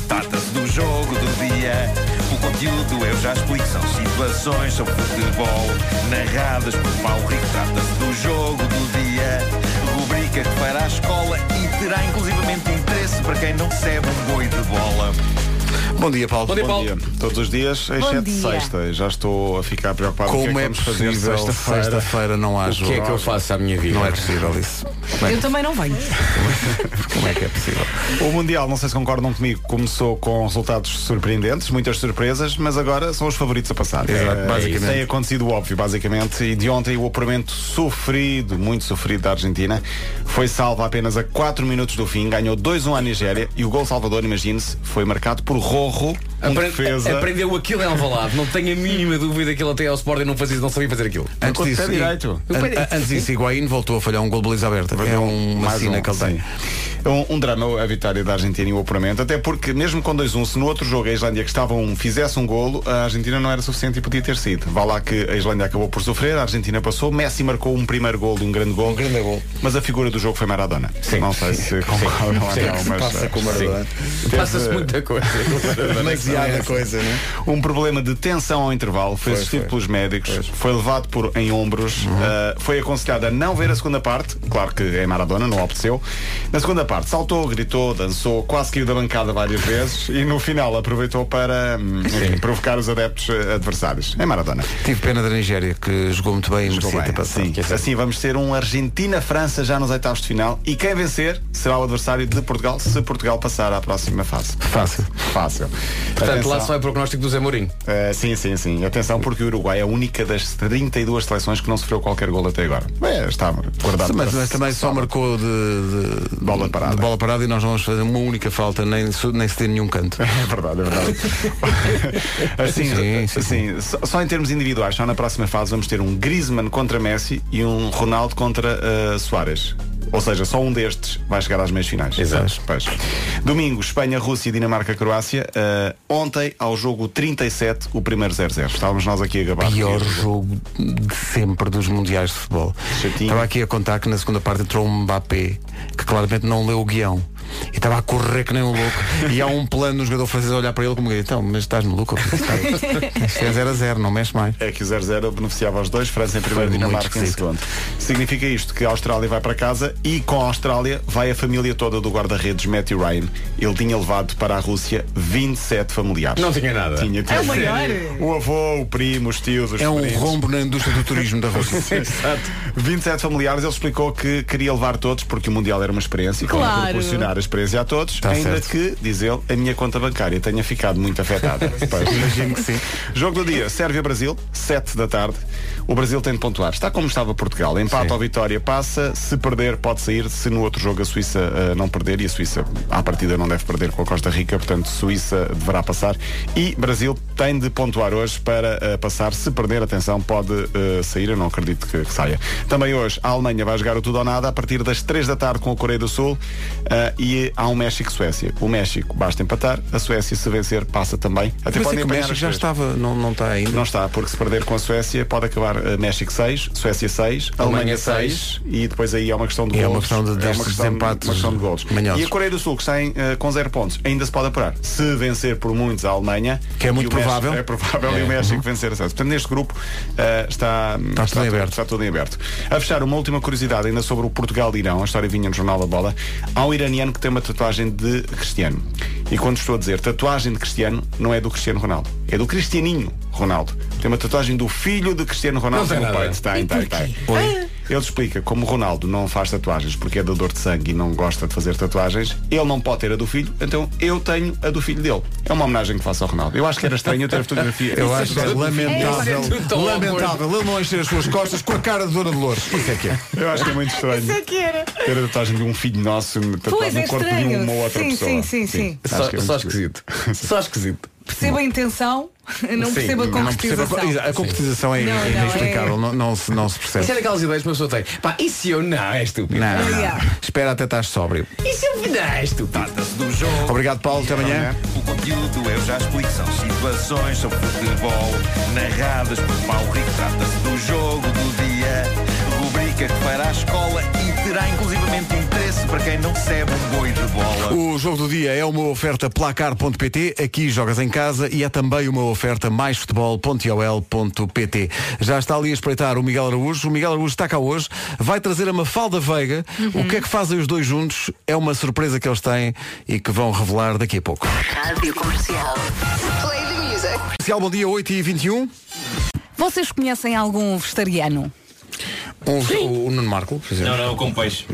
S8: Trata-se do jogo do dia. O conteúdo eu já explico. São situações sobre futebol narradas por Paulo Rico. Trata-se do jogo do dia. Rubrica que fará a escola e terá inclusivamente interesse para quem não recebe um boi de bola.
S1: Bom dia, Paulo.
S5: Bom dia, Paulo.
S6: Todos os dias, exceto
S3: dia.
S6: sexta. Já estou a ficar preocupado com o que é
S1: Como
S6: que
S1: é
S6: vamos fazer
S1: possível
S6: sexta-feira.
S1: sexta-feira não há
S5: O
S1: jogo?
S5: que é que eu faço à minha vida?
S1: Não é possível isso. Como é,
S3: Eu também não venho.
S1: como é que é possível?
S6: O Mundial, não sei se concordam comigo, começou com resultados surpreendentes, muitas surpresas, mas agora são os favoritos a passar.
S1: Exato,
S6: É,
S1: basicamente.
S6: Tem acontecido o óbvio, basicamente, e de ontem o apuramento sofrido, muito sofrido da Argentina, foi salvo apenas a 4 minutos do fim, ganhou 2-1 à Nigéria e o gol salvador, imagine-se, foi marcado por Rorro, um
S5: Apre-
S6: defesa...
S5: Aprendeu aquilo em Alvalade, não tenho a mínima dúvida que ele até ao Sporting não, fazia, não sabia fazer aquilo.
S1: Antes
S6: com o pé
S1: disso,
S6: direito.
S1: an- an- antes disso, Higuaín voltou a falhar um gol de beleza aberta. É
S6: Perdeu
S1: uma
S6: mais
S1: sina
S6: um,
S1: que ele tem.
S6: sim. um, um drama a vitória da Argentina e o apuramento, até porque mesmo com 2-1, se no outro jogo a Islândia que estava um fizesse um golo, a Argentina não era suficiente e podia ter sido. Vá lá que a Islândia acabou por sofrer, a Argentina passou, Messi marcou um primeiro golo, um grande golo.
S2: Um grande golo.
S6: Mas a figura do jogo foi Maradona.
S5: Sim.
S6: Não sei se concordam ou
S5: Sim.
S6: não, mas eh,
S2: Passa com o Maradona.
S6: teve- eh,
S5: Passa-se muita coisa.
S2: Demasiada coisa, não é?
S6: um problema de tensão ao intervalo, foi, assistido
S2: foi.
S6: pelos médicos, foi levado por em ombros, ah, foi aconselhado a não ver a segunda parte, claro que é Maradona, não obteceu. Na segunda parte, saltou, gritou, dançou, quase caiu da bancada várias vezes e no final aproveitou para hum, enfim, provocar os adeptos eh, adversários. É Maradona.
S1: Tive pena da Nigéria, que jogou muito bem e
S6: Jogou
S1: merecia ter
S6: bem,
S1: passado.
S6: sim. Assim vamos ter um Argentina-França já nos oitavos de final e quem vencer será o adversário de Portugal se Portugal passar à próxima fase.
S1: Fácil.
S6: Fácil.
S5: Portanto, lá
S6: Atenção.
S5: só é prognóstico do Zé Mourinho.
S6: Uh, sim, sim, sim. Atenção, porque o Uruguai é a única das 32 seleções que não sofreu qualquer gol até agora. Bem, está guardado.
S1: Mas,
S6: para-
S5: é
S1: mas também só marcou de, de-
S6: Bola parada.
S1: de bola parada e nós não vamos fazer uma única falta, nem, se- nem se tem nenhum canto.
S6: É verdade, é verdade. assim,
S1: Sim, sim,
S6: assim, Só, só em termos individuais, só na próxima fase vamos ter um Griezmann contra Messi e um Ronaldo contra uh, Soares. Ou seja, só um destes vai chegar às meias finais.
S5: Exato.
S6: Pois, pois. Domingo, Espanha, Rússia, Dinamarca, Croácia. Uh, ontem, ao jogo 37, o primeiro 0-0. Estávamos nós aqui a gabar.
S1: Pior jogo de sempre dos mundiais de futebol.
S6: Chatinho.
S1: Estava aqui a contar que na segunda parte entrou um Mbappé que claramente não leu o guião. E estava a correr que nem um louco. e há um plano do jogador francês a olhar para ele como então, mas estás maluco? Isto é 0 a 0, não mexe mais.
S6: É que o 0-0 beneficiava os dois, França em primeiro,
S1: Foi muito
S6: Dinamarca em
S1: esquisito.
S6: segundo. Significa isto que a Austrália vai para casa e com a Austrália vai a família toda do guarda-redes Matthew Ryan. Ele tinha levado para a Rússia 27 familiares.
S5: Não tinha nada.
S6: Tinha, tinha.
S3: É o maior.
S6: O avô, o primo, os tios, os
S1: É um
S6: primos.
S1: rombo na indústria do turismo da Rússia.
S6: Exato. 27 familiares, ele explicou que queria levar todos porque o Mundial era uma experiência e queria
S3: Claro.
S6: proporcionar a experiência a todos,
S1: Tá
S6: ainda
S1: certo.
S6: que, diz ele, a minha conta bancária tenha ficado muito afetada. Imagino que sim. Jogo do dia, Sérvia-Brasil, 7 da tarde. O Brasil tem de pontuar. Está como estava Portugal. Empate ou vitória passa. Se perder, pode sair. Se no outro jogo a Suíça ah, não perder, e a Suíça à partida não deve perder com a Costa Rica, portanto Suíça deverá passar. E Brasil tem de pontuar hoje para ah, passar. Se perder, atenção, pode ah, sair. Eu não acredito que, que saia. Também hoje a Alemanha vai jogar o tudo ou nada a partir das 3 da tarde com a Coreia do Sul ah, e há um México-Suécia. O México basta empatar, a Suécia se vencer passa também. Até
S1: Mas é
S6: podem
S1: que o
S6: apanhar
S1: México
S6: os
S1: já
S6: três.
S1: estava, não, não está ainda.
S6: Não está, porque se perder com a Suécia pode acabar eh, México 6, Suécia 6, Alemanha
S5: Alemanha
S6: 6 e depois aí é uma questão de
S1: É uma
S6: gols.
S1: questão de- destes desempates
S6: uma questão de gols.
S1: manhosos.
S6: E a Coreia do Sul, que está em, eh, com 0 pontos, ainda se pode apurar. Se vencer por muitos a Alemanha,
S1: Que é muito
S6: e o México-
S1: provável. Uhum.
S6: é provável e o México vencer a Suécia. Portanto, neste grupo eh, está,
S1: Está tudo em aberto.
S6: Está tudo em aberto. A fechar, uma última curiosidade ainda sobre o Portugal-Irão, a história vinha no Jornal da Bola. Há um iraniano que tem uma tatuagem de Cristiano. E quando estou a dizer tatuagem de Cristiano, não é do Cristiano Ronaldo, é do Cristianinho Ronaldo. Tem uma tatuagem do filho de Cristiano Ronaldo
S5: Não tem
S6: no
S5: nada.
S6: peito. Tem, tem, tem.
S1: Ah.
S6: Ele explica como o Ronaldo não faz tatuagens porque é dador de sangue e não gosta de fazer tatuagens, ele não pode ter a do filho, então eu tenho a do filho dele. É uma homenagem que faço ao Ronaldo. Eu acho que era estranho eu ter a fotografia.
S1: Eu acho que é lamentável.
S5: Isso é tudo tão
S1: Lamentável. Ele não encher as suas costas com a cara de Dona Dolores. Isso é que é.
S6: Eu acho que é muito estranho.
S3: Isso é que era.
S6: Ter a tatuagem de um filho nosso tatuado
S3: Pois,
S6: no
S3: é
S6: corpo de
S3: estranho.
S6: uma outra
S3: Sim,
S6: pessoa.
S3: sim, sim, sim.
S5: Só,
S6: acho que é
S5: só
S6: muito
S5: esquisito. só esquisito.
S3: Perceba a intenção, não
S5: Sim,
S3: perceba a
S5: não
S1: Perceba,
S3: concretização.
S1: a concretização é,
S3: Não, não,
S1: é inexplicável,
S3: é-
S1: Não, não se, não se percebe.
S5: Isso é daquelas ideias que uma pessoa tem. Pá, e se eu não? É estúpido.
S1: Não, não, não.
S3: Yeah.
S1: Espera até estás sóbrio.
S5: E se eu não? É estúpido.
S8: Trata-se do jogo.
S1: Obrigado, Paulo. Até amanhã.
S8: O conteúdo é eu já explico. São situações sobre futebol narradas por Paulo Rico. Trata-se do jogo do dia. Rubrica que fará a escola e terá inclusivamente interesse para quem não recebe um boi de bola.
S1: O jogo do dia é uma oferta placar.pt. Aqui jogas em casa e é também uma oferta maisfutebol.ol.pt. Já está ali a espreitar o Miguel Araújo. O Miguel Araújo está cá hoje. Vai trazer a Mafalda Veiga. O que é que fazem os dois juntos? É uma surpresa que eles têm e que vão revelar daqui a pouco.
S4: Rádio Comercial. Play the music.
S1: Especial bom dia 8 e 21.
S3: Vocês conhecem algum vegetariano?
S1: Um, o, o Nuno Marco, por exemplo.
S8: não, com peixe.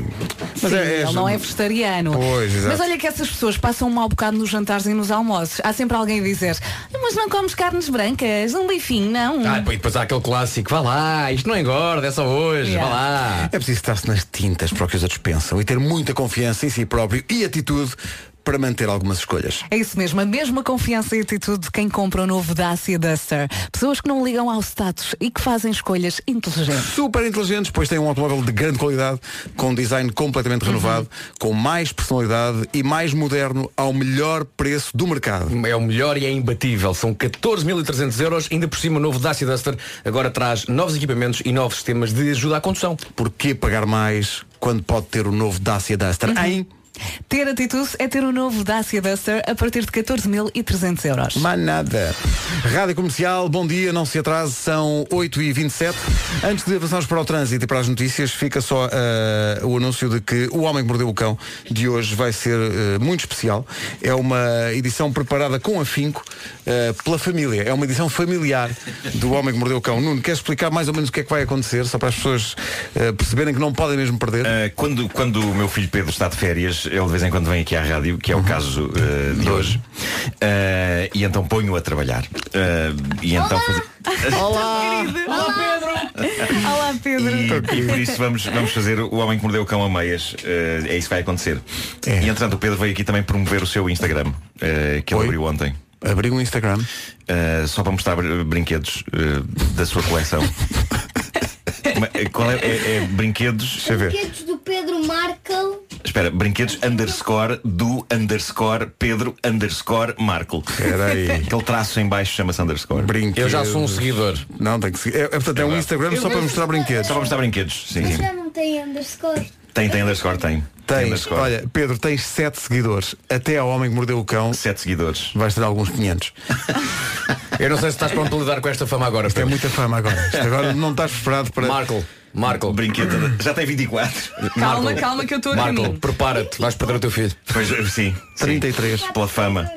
S1: Mas
S3: é. Sim,
S1: é- é-
S3: ele não é vegetariano.
S1: Pois, exato.
S3: Mas olha que essas pessoas passam um mau bocado nos jantares e nos almoços. Há sempre alguém a dizer, "Ah, mas não comes carnes brancas, um bifinho, não.
S5: Ah, e depois há aquele clássico, vá lá, isto não engorda, é só hoje,
S3: Yeah.
S5: vá lá.
S1: É preciso estar-se nas tintas para o que os outros pensam e ter muita confiança em si próprio e atitude para manter algumas escolhas.
S3: É isso mesmo, a mesma confiança e atitude de quem compra o novo Dacia Duster. Pessoas que não ligam ao status e que fazem escolhas inteligentes.
S1: Super inteligentes, pois têm um automóvel de grande qualidade, com um design completamente
S5: Uhum.
S1: renovado, com mais personalidade e mais moderno ao melhor preço do mercado.
S5: É o melhor e é imbatível. São 14.300 euros. Ainda por cima, o novo Dacia Duster agora traz novos equipamentos e novos sistemas de ajuda à condução.
S1: Porquê pagar mais quando pode ter o novo Dacia
S5: Uhum.
S1: Duster em
S3: Uhum. Ter atitude é ter o novo Dacia Duster a partir de 14.300 euros.
S1: Manada. Rádio Comercial, bom dia, não se atrase, são 8h27. Antes de avançarmos para o trânsito e para as notícias, fica só eh, o anúncio de que O Homem que Mordeu o Cão de hoje vai ser eh, muito especial. É uma edição preparada com afinco eh, pela família. É uma edição familiar do Homem que Mordeu o Cão. Nuno, queres explicar mais ou menos o que é que vai acontecer, só para as pessoas eh, perceberem que não podem mesmo perder?
S8: Ah, quando, quando o meu filho Pedro está de férias, ele de vez em quando vem aqui à rádio,
S3: Uhum.
S8: que é o caso ah, de hoje, Ah, e então ponho-o a trabalhar. Ah, e então fazer-
S3: Olá, Pedro.
S8: E, e por isso vamos, vamos fazer o homem que mordeu o cão a meias. Eh, é isso que vai acontecer.
S1: É.
S8: E entretanto o Pedro veio aqui também promover o seu Instagram, eh, que ele
S1: Oi?
S8: abriu ontem.
S1: Abri um Instagram.
S8: Eh, só para mostrar eh, brinquedos eh, da sua coleção. Ma- eh, Qual é, é- é brinquedos?
S1: Deixa eu ver.
S9: Brinquedos do Pedro Markel.
S8: Espera, brinquedos underscore do underscore Pedro underscore Marco.
S1: Peraí.
S8: Aquele traço em baixo chama-se underscore.
S1: Brinquedos.
S5: Eu já sou um seguidor.
S1: Não, tem que seguir. É, é, portanto, é um Instagram só para mostrar brinquedos.
S8: Só para mostrar brinquedos. Sim,
S9: Mas
S8: sim.
S9: já não tem underscore.
S8: Tem, tem underscore, tem.
S1: Tens,
S8: underscore.
S1: olha, Pedro, tens 7 seguidores. Até ao homem que mordeu o cão,
S8: Sete seguidores.
S1: vais ter alguns 500.
S5: Eu não sei se estás pronto a lidar com esta fama agora,
S1: É
S5: Pedro.
S1: muita fama agora. Isto Agora não estás preparado para.
S5: Marco, Marco,
S8: Brinquedo. Já tem 24.
S3: Calma,
S5: Marco.
S3: calma que eu estou a
S5: Marco,
S3: caminho.
S5: prepara-te, vais perder o teu filho.
S8: Pois, eh, sim.
S1: 33.
S8: Sim. Pela fama.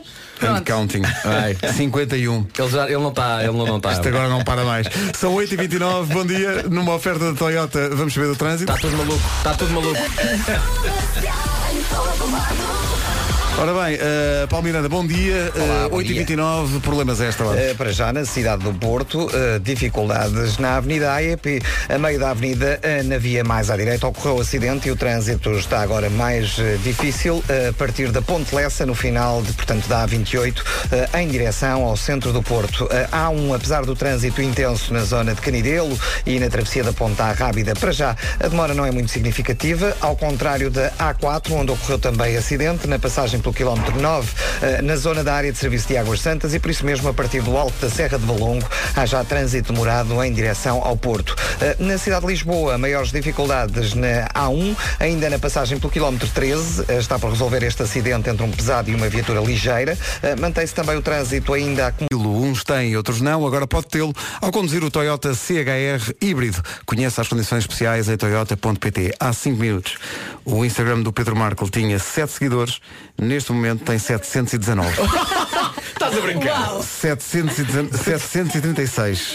S1: And counting.
S5: Ai.
S1: 51.
S5: Ele, já, ele não está, ele não tá. está.
S1: Isto
S5: Está
S1: agora não para mais. São 8h29, bom dia. Numa oferta da Toyota, vamos saber do trânsito.
S5: Tá tudo maluco, está tudo maluco.
S1: Ora bem, uh, Paulo Miranda, bom dia.
S2: Olá,
S1: Uh,
S2: bom
S1: 8h29, problemas a esta hora.
S2: Eh, para já na cidade do Porto, eh, dificuldades na Avenida AEP. A meio da Avenida, eh, na via mais à direita, ocorreu o acidente e o trânsito está agora mais eh, difícil eh, a partir da Ponte Lessa, no final, de, portanto, da A28, eh, em direção ao centro do Porto. Eh, há um, apesar do trânsito intenso na zona de Canidelo e na travessia da Ponta à Rábida, para já a demora não é muito significativa, ao contrário da A4, onde ocorreu também acidente, na passagem pelo quilómetro 9, eh, na zona da área de serviço de Águas Santas e por isso mesmo a partir do alto da Serra de Valongo há já trânsito demorado em direção ao Porto. Eh, Na cidade de Lisboa, maiores dificuldades na A1, ainda na passagem pelo quilómetro 13, eh, está por resolver este acidente entre um pesado e uma viatura ligeira. Eh, Mantém-se também o trânsito ainda acumulado.
S1: Uns têm, outros não. Agora pode tê-lo ao conduzir o Toyota CHR híbrido. Conheça as condições especiais em toyota.pt. Há 5 minutos, o Instagram do Pedro Marco tinha 7 seguidores. Neste momento tem 719.
S5: Estás a brincar.
S1: 719 736.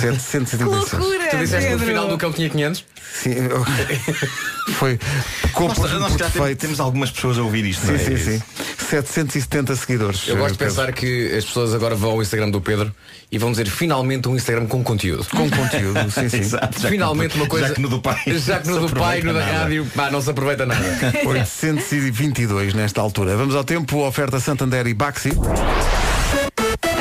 S1: 736.
S3: Loucura,
S5: Tu disseste que no final do
S3: Pedro.
S5: cão tinha 500?
S1: Sim, eu- foi.
S8: Nós,
S1: Compras
S8: nós
S1: por
S8: já temos,
S1: defeito.
S8: temos algumas pessoas a ouvir isto, não
S1: Sim,
S8: é?
S1: sim, sim. 770 seguidores.
S5: Eu gosto de
S1: Pedro.
S5: pensar que as pessoas agora vão ao Instagram do Pedro e vão dizer finalmente um Instagram com conteúdo.
S1: Com conteúdo, sim, sim.
S8: Exato, já que
S5: finalmente
S8: no-
S5: uma coisa.
S8: Já que no do pai.
S5: Já que no
S8: não
S5: do
S8: se
S5: pai, no
S8: aproveita
S5: da
S8: nada.
S5: rádio, pá, não se aproveita nada.
S1: 822 nesta altura. Vamos ao tempo, oferta Santander e Baxi.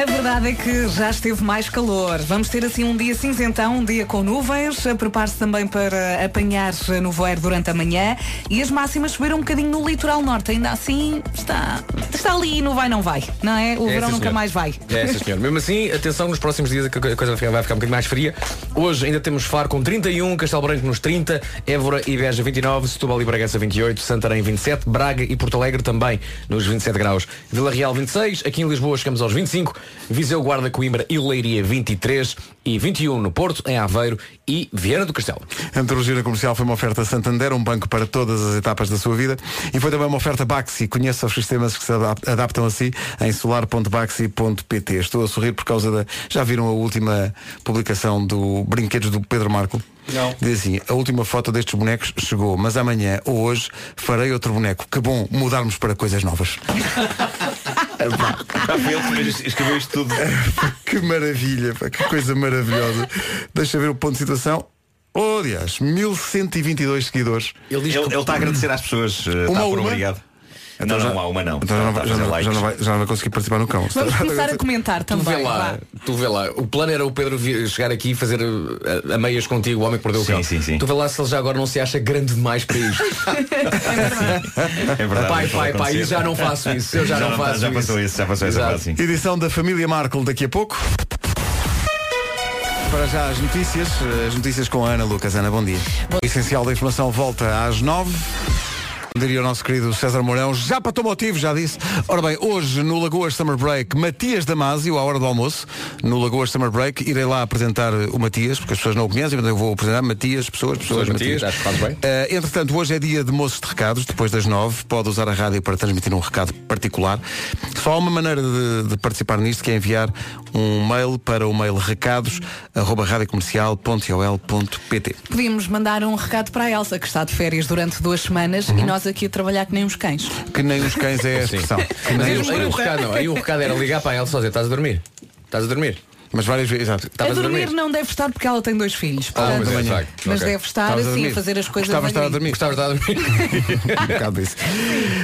S3: A verdade é que já esteve mais calor. Vamos ter assim um dia cinzentão, um dia com nuvens. Prepare-se também para apanhar nevoeiro durante a manhã. E as máximas subiram um bocadinho no litoral norte. Ainda assim, está, está ali e não vai, não vai. Não é? O
S5: É,
S3: verão
S5: sim,
S3: nunca
S5: senhor.
S3: mais vai.
S5: É, sim, senhor. Mesmo assim, atenção, nos próximos dias a co- a coisa vai ficar vai ficar um bocadinho mais fria. Hoje ainda temos Faro com 31, Castelo Branco nos 30, Évora e Beja 29, Setúbal e Bragança 28, Santarém 27, Braga e Porto Alegre também nos 27 graus, Vila Real 26, aqui em Lisboa chegamos aos 25, Viseu, Guarda, Coimbra e Leiria 23 e 21 no Porto, em Aveiro e Viana do Castelo.
S1: A meteorologia comercial foi uma oferta Santander, um banco para todas as etapas da sua vida. E foi também uma oferta Baxi. Conheça os sistemas que se adap- adaptam a si em solar.baxi.pt. Estou a sorrir por causa da. Já viram a última publicação do Brinquedos do Pedro Marco? Não. Diz assim, a última foto destes bonecos chegou, mas amanhã ou hoje farei outro boneco. Que bom mudarmos para coisas novas.
S8: Já foi ele que fez- escreveu isto tudo.
S1: Que maravilha, pá, que coisa maravilhosa. Deixa eu ver o ponto de situação. Oh, aliás, 1122 seguidores.
S8: Ele ele está a agradecer às pessoas. eh,
S1: Uma
S8: está
S1: a
S8: por
S1: uma?
S8: obrigado.
S1: Então
S8: não, há uma não.
S1: Então já não,
S8: Tá a
S1: vai, já,
S8: fazer
S1: não-
S8: likes.
S1: já não vai, já não vai conseguir participar no cão.
S3: Vamos começar a comentar
S5: Tu
S3: também.
S5: vê lá,
S3: vá.
S5: tu vê lá. O plano era o Pedro vir- chegar aqui e fazer uh, a, a meias contigo, o homem que perdeu
S8: Sim,
S5: o cão.
S8: sim, sim.
S5: Tu vê lá se ele já agora não se acha grande demais para isto.
S8: É verdade.
S5: pai,
S8: isso vai
S5: pai, pai,
S8: acontecer.
S5: eu já não faço isso. Eu já, não faço
S8: Já
S5: isso.
S8: passou isso, já passou essa
S5: Exato.
S8: fase, sim.
S1: Edição da Família Markle daqui a pouco. Para já as notícias, eh, as notícias com a Ana Lucas. Ana, bom dia. O essencial da informação volta às nove. Diria o nosso querido César Mourão, já para teu motivo, já disse. Ora bem, hoje no Lagoas Summer Break, Matias Damasio, à hora do almoço, no Lagoas Summer Break, irei lá apresentar o Matias, porque as pessoas não o conhecem, portanto eu vou apresentar Matias, pessoas, pessoas,
S5: Pessoas, Matias, acho que faz bem.
S1: eh, entretanto, hoje é dia de moços de recados, depois das nove, pode usar a rádio para transmitir um recado particular. Só há uma maneira de, de participar nisto, que é enviar um mail para o mail recados.radiocomercial.ol.pt
S3: Podíamos mandar um recado para a Elsa, que está de férias durante duas semanas e nós aqui a trabalhar que nem uns cães.
S1: Que nem os cães é a expressão. Que
S5: Mas
S1: nem
S5: aí,
S1: os-
S5: o- aí o recado não, aí o recado era ligar para ela só dizer, estás a dormir? Estás a dormir?
S1: Mas várias vezes, exato.
S5: Estavas
S3: a dormir não é? deve estar porque ela tem dois filhos.
S1: Ah,
S3: portanto,
S5: mas é,
S3: mas
S5: de facto, ok.
S3: deve estar
S1: Estavas a
S3: assim a
S1: dormir.
S3: fazer as coisas.
S1: Gostava de estar a
S3: devagarinho.
S1: dormir.
S5: Gostavas de estar a dormir?
S1: um bocado disso.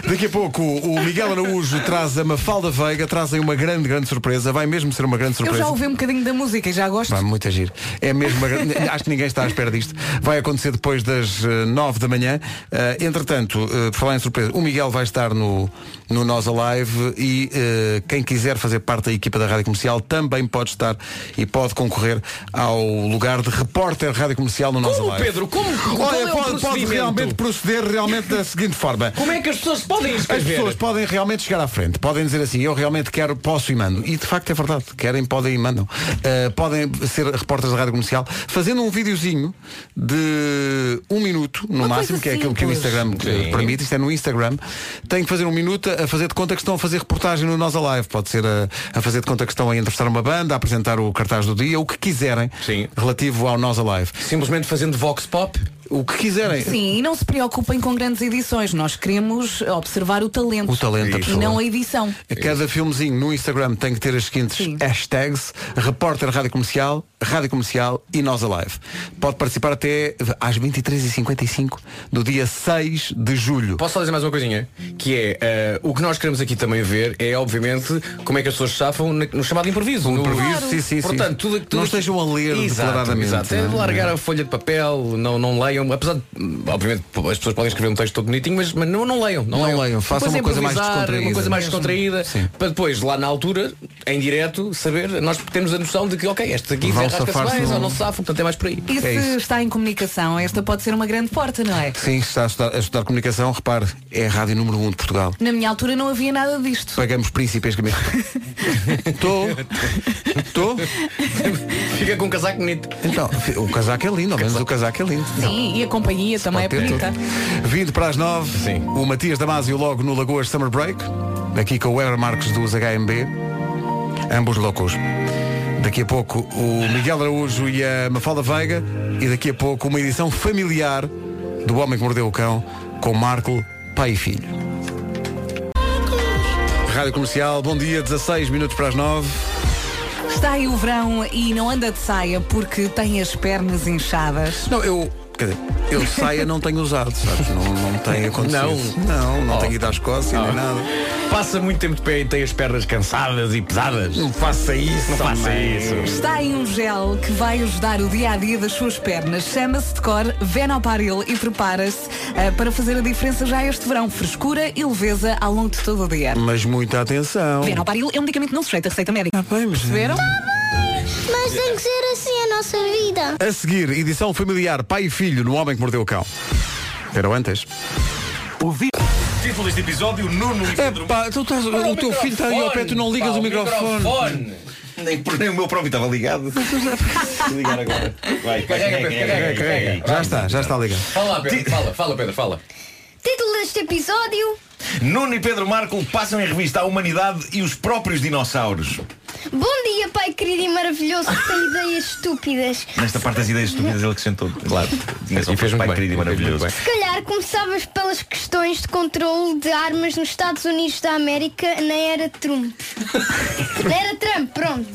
S1: Daqui a pouco o Miguel Araújo traz a Mafalda Veiga, trazem uma grande, grande surpresa. Vai mesmo ser uma grande
S3: Eu
S1: surpresa.
S3: já ouvi um bocadinho da música e já gosto.
S1: Pá, muito agir. É mesmo. uma grande- Acho que ninguém está à espera disto. Vai acontecer depois das eh, nove da manhã. Eh, entretanto, eh, por falar em surpresa, o Miguel vai estar no, no Nós Alive e eh, quem quiser fazer parte da equipa da Rádio Comercial também pode estar e pode concorrer ao lugar de repórter Rádio Comercial no Nós
S5: Como,
S1: Alive.
S5: Pedro? Como? Qual
S1: Olha,
S5: é o
S1: pode, pode
S5: procedimento?
S1: realmente proceder realmente da seguinte forma.
S5: Como é que as pessoas se podem
S1: As
S5: escrever?
S1: pessoas podem realmente chegar à frente, podem dizer assim, eu realmente quero, posso e mando. E de facto é verdade, querem, podem e mandam. Uh, podem ser repórteres da rádio comercial, fazendo um videozinho de um minuto, no
S3: Uma
S1: máximo,
S3: coisa
S1: que é aquilo que o
S3: simples.
S1: Instagram que
S5: Sim.
S1: permite, isto é no Instagram, têm que fazer um minuto a fazer de conta que estão a fazer reportagem no Nós Alive. Pode ser a, a fazer de conta que estão a entrevistar uma banda, a apresentar o cartaz do dia, o que quiserem
S5: Sim.
S1: relativo ao Nós Alive.
S5: Simplesmente fazendo vox pop?
S1: O que quiserem.
S3: Sim, e não se preocupem com grandes edições. Nós queremos observar o talento.
S1: O talento da
S3: E
S1: pessoa.
S3: não a edição.
S1: A Cada filmezinho no Instagram tem que ter as seguintes
S3: Sim.
S1: hashtags Repórter Rádio Comercial, Rádio Comercial e Nós Alive. Pode participar até às 23h55 do dia 6 de julho.
S5: Posso só dizer mais uma coisinha? Que é, eh, o que nós queremos aqui também ver é, obviamente, como é que as pessoas safam na- no chamado improviso. No
S1: improviso, Claro. sim, sim, sim.
S5: Portanto, tudo, tudo
S1: Não estejam a ler
S5: exato,
S1: declaradamente,
S5: Exato, é
S1: não é?
S5: largar a folha de papel, não, não leiam. Apesar de, hum, obviamente, p- as pessoas podem escrever um texto todo bonitinho, mas, mas não, não leiam. Não,
S1: Não leiam, façam
S5: Depois
S1: uma coisa mais
S5: improvisar,
S1: descontraída.
S5: Uma coisa mais
S1: Mesmo.
S5: descontraída,
S1: Sim.
S5: para depois, lá na altura, em direto, saber, nós temos a noção de que, ok, este aqui
S1: Vão
S5: rasca-se
S1: safar-se um-
S5: mais
S1: no-
S5: ou não se safa, portanto é mais por aí.
S3: E se
S1: isso.
S3: está em comunicação, esta pode ser uma grande porta, não é?
S1: Sim, está a estudar, a estudar comunicação, repare, é a rádio número 1 de Portugal.
S3: Na minha altura não havia nada disto.
S1: Pagamos príncipes que Estou. Estou.
S5: Fica com um casaco bonito.
S1: Então, o casaco é lindo, ao menos o casaco é lindo.
S3: Sim, e a companhia também é
S1: Pode ter
S3: bonita.
S1: tudo. 20 para as 9,
S5: Sim.
S1: o Matias Damasio logo no Lagoas Summer Break, aqui com o Eber Marques dos HMB, ambos loucos. Daqui a pouco o Miguel Araújo e a Mafalda Veiga e daqui a pouco uma edição familiar do Homem que Mordeu o Cão com Marco, pai e filho. Rádio Comercial, bom dia, 16 minutos para as 9.
S3: Está aí o verão e não anda de saia porque tem as pernas inchadas.
S1: Não, eu. Quer dizer, eu saia não tenho usado, sabes? Não, não tem acontecido. não, não
S5: Oh.
S1: tenho ido à Escócia nem nada.
S5: Passa muito tempo de pé e tem as pernas cansadas e pesadas. Não faça isso, não faça isso.
S3: Está aí um gel que vai ajudar o dia a dia das suas pernas. Chama-se de cor Venoparil e prepara-se eh, para fazer a diferença já este verão. Frescura e leveza ao longo de todo o dia.
S1: Mas muita atenção.
S3: Venoparil é um medicamento não sujeito a receita
S1: Ah,
S3: médica. Perceberam?
S1: é.
S9: Mas tem que ser assim a nossa vida.
S1: A seguir, edição familiar Pai e Filho no Homem que Mordeu o Cão. Era o antes.
S8: Título deste episódio, Nuno e Pedro
S1: Epá, tu estás- o teu filho está aí ao pé, tu não ligas o microfone. Então
S8: Nem, por- nem o meu próprio estava ligado. Vou ligar agora. Vai,
S5: Carrega, Pedro, carrega, carrega.
S1: Já está, já está Tá ligado.
S5: Fala, lá, Pedro, fala, fala, Pedro, fala.
S9: Título deste episódio:
S8: Nuno e Pedro Marco passam em revista a humanidade e os próprios dinossauros.
S9: Bom dia, pai querido e maravilhoso, que tem ideias estúpidas.
S8: Nesta parte das ideias estúpidas ele acrescentou, claro. Tinha só
S5: E fez
S8: um
S5: muito
S8: pai
S5: bem,
S8: querido e
S5: fez muito
S8: maravilhoso.
S5: bem.
S9: Se calhar começavas pelas questões de controle de armas nos Estados Unidos da América na era Trump. na era Trump, pronto.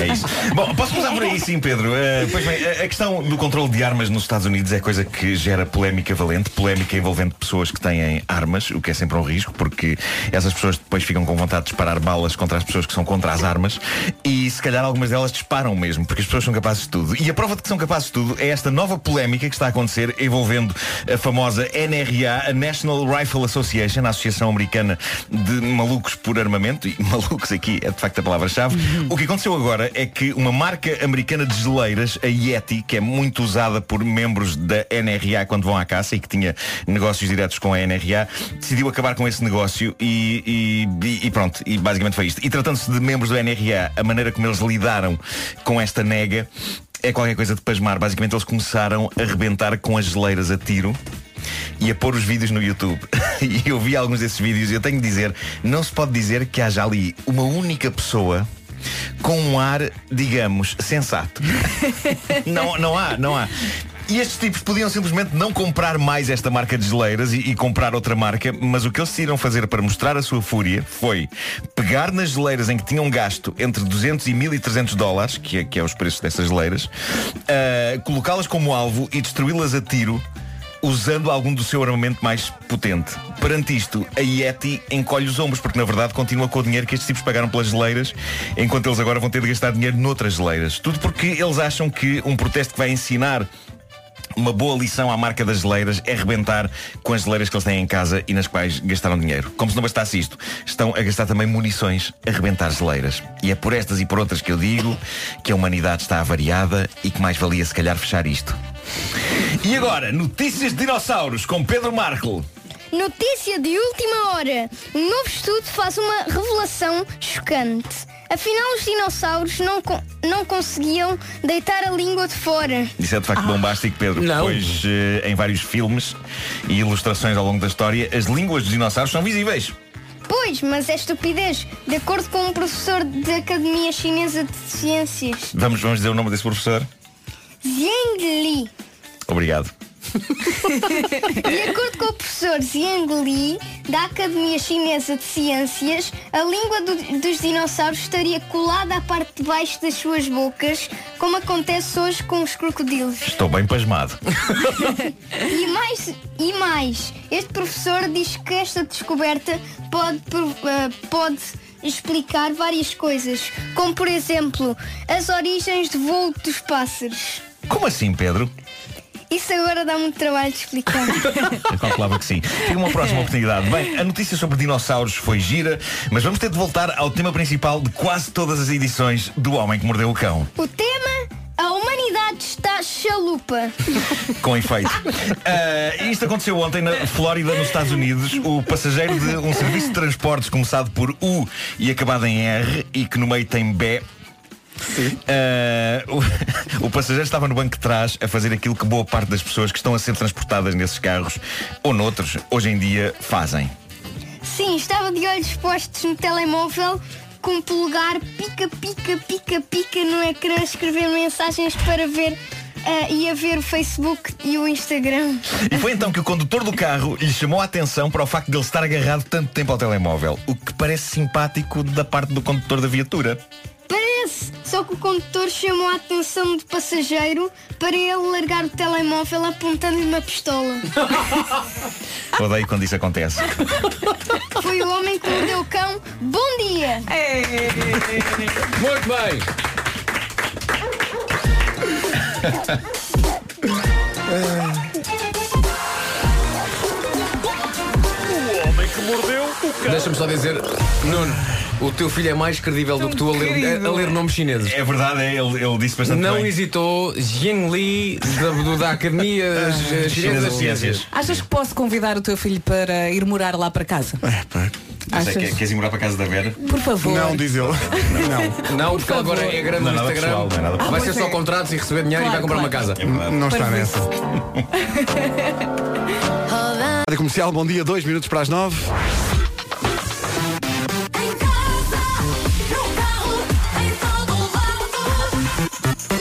S8: É isso. Bom, posso começar por aí sim, Pedro. Eh, pois bem, a, a questão do controle de armas nos Estados Unidos é coisa que gera polémica valente, polémica envolvendo pessoas que têm armas, o que é sempre um risco, porque essas pessoas depois ficam com vontade de disparar balas contra as pessoas que são contra as armas e se calhar algumas delas disparam mesmo, porque as pessoas são capazes de tudo. E a prova de que são capazes de tudo é esta nova polémica que está a acontecer envolvendo a famosa NRA, a National Rifle Association, a Associação Americana de Malucos por Armamento, e malucos aqui é de facto a palavra-chave. O que aconteceu agora é que uma marca americana de geleiras, a Yeti, que é muito usada por membros da NRA quando vão à caça e que tinha negócios diretos com a NRA, decidiu acabar com esse negócio e, e- e- e pronto, e basicamente foi isto. E tratando-se de membros do NRA, a maneira como eles lidaram com esta nega é qualquer coisa de pasmar. Basicamente eles começaram a rebentar com as geleiras a tiro e a pôr os vídeos no YouTube. e eu vi alguns desses vídeos e eu tenho de dizer, não se pode dizer que haja ali uma única pessoa com um ar, digamos, sensato. não, não há, não há. E estes tipos podiam simplesmente não comprar mais esta marca de geleiras e, e comprar outra marca, mas o que eles decidiram fazer para mostrar a sua fúria foi pegar nas geleiras em que tinham gasto entre 200 e 1300 dólares, que é, que é os preços dessas geleiras, ah, colocá-las como alvo e destruí-las a tiro usando algum do seu armamento mais potente. Perante isto, a Yeti encolhe os ombros, porque na verdade continua com o dinheiro que estes tipos pagaram pelas geleiras, enquanto eles agora vão ter de gastar dinheiro noutras geleiras. Tudo porque eles acham que um protesto que vai ensinar uma boa lição à marca das geleiras é rebentar com as geleiras que eles têm em casa e nas quais gastaram dinheiro. Como se não bastasse isto, estão a gastar também munições a rebentar geleiras. E é por estas e por outras que eu digo que a humanidade está avariada e que mais valia se calhar fechar isto. E agora, notícias de dinossauros com Pedro Marco.
S9: Notícia de última hora. Um novo estudo faz uma revelação chocante. Afinal, os dinossauros não, con- não conseguiam deitar a língua de fora.
S8: Isso é de facto bombástico, Pedro.
S5: Não.
S8: Pois eh, em vários filmes e ilustrações ao longo da história, as línguas dos dinossauros são visíveis.
S9: Pois, mas é estupidez. De acordo com um professor da Academia Chinesa de Ciências,
S8: Vamos, vamos dizer o nome desse professor?
S9: Zheng Li.
S8: Obrigado.
S9: De acordo com o professor Zheng Li, da Academia Chinesa de Ciências, a língua do- dos dinossauros estaria colada à parte de baixo das suas bocas, como acontece hoje com os crocodilos.
S8: Estou bem pasmado.
S9: E mais, e mais, este professor diz que esta descoberta pode, pro- eh, pode explicar várias coisas, como por exemplo as origens de voo dos pássaros.
S8: Como assim, Pedro?
S9: Isso agora dá muito trabalho de explicar.
S8: Eu calculava que sim. Fica uma próxima oportunidade. Bem, a notícia sobre dinossauros foi gira, mas vamos ter de voltar ao tema principal de quase todas as edições do Homem que Mordeu o Cão.
S9: o tema, a humanidade está chalupa.
S8: Com efeito. Ah, isto aconteceu ontem na Flórida, nos Estados Unidos. O passageiro de um serviço de transportes começado por U e acabado em R e que no meio tem B. Ah, o, o passageiro estava no banco de trás a fazer aquilo que boa parte das pessoas que estão a ser transportadas nesses carros ou noutros hoje em dia fazem.
S9: Sim, estava de olhos postos no telemóvel com o polegar pica, pica, pica, pica no ecrã a escrever mensagens para ver eh, e a ver o Facebook e o Instagram.
S8: E foi então que o condutor do carro lhe chamou a atenção para o facto de ele estar agarrado tanto tempo ao telemóvel, o que parece simpático da parte do condutor da viatura.
S9: Parece! Só que o condutor chamou a atenção do passageiro para ele largar o telemóvel apontando-lhe uma pistola.
S8: Odeio quando isso acontece.
S9: Foi o homem que mordeu o cão. Bom dia!
S5: Muito bem. Deixa-me só dizer, Nuno, o teu filho é mais credível do que tu a ler,
S3: querido.
S5: a ler nomes chineses.
S8: É verdade, é, ele, ele disse bastante
S5: Não
S8: bem.
S5: hesitou, Jin Li, da, do- da Academia Chinesa
S8: das
S5: das
S8: Ciências.
S5: Ciências.
S3: Achas que posso convidar o teu filho para ir morar lá para casa?
S8: Mas é
S3: Achas?
S8: que queres ir morar para a casa da Vera?
S3: Por favor.
S1: Não, diz ele.
S5: Não, porque ela agora é grande
S8: Não,
S5: no
S8: nada pessoal,
S5: Instagram.
S8: não é nada pessoal.
S5: Vai ser
S3: pois
S5: só
S3: é.
S5: contratos e receber dinheiro e vai
S3: Claro,
S5: comprar uma
S3: claro.
S5: casa.
S1: Não, não está
S3: Parvoíce.
S1: nessa. Rádio Comercial, bom dia, dois minutos para as nove.
S7: Em casa, no carro, em todo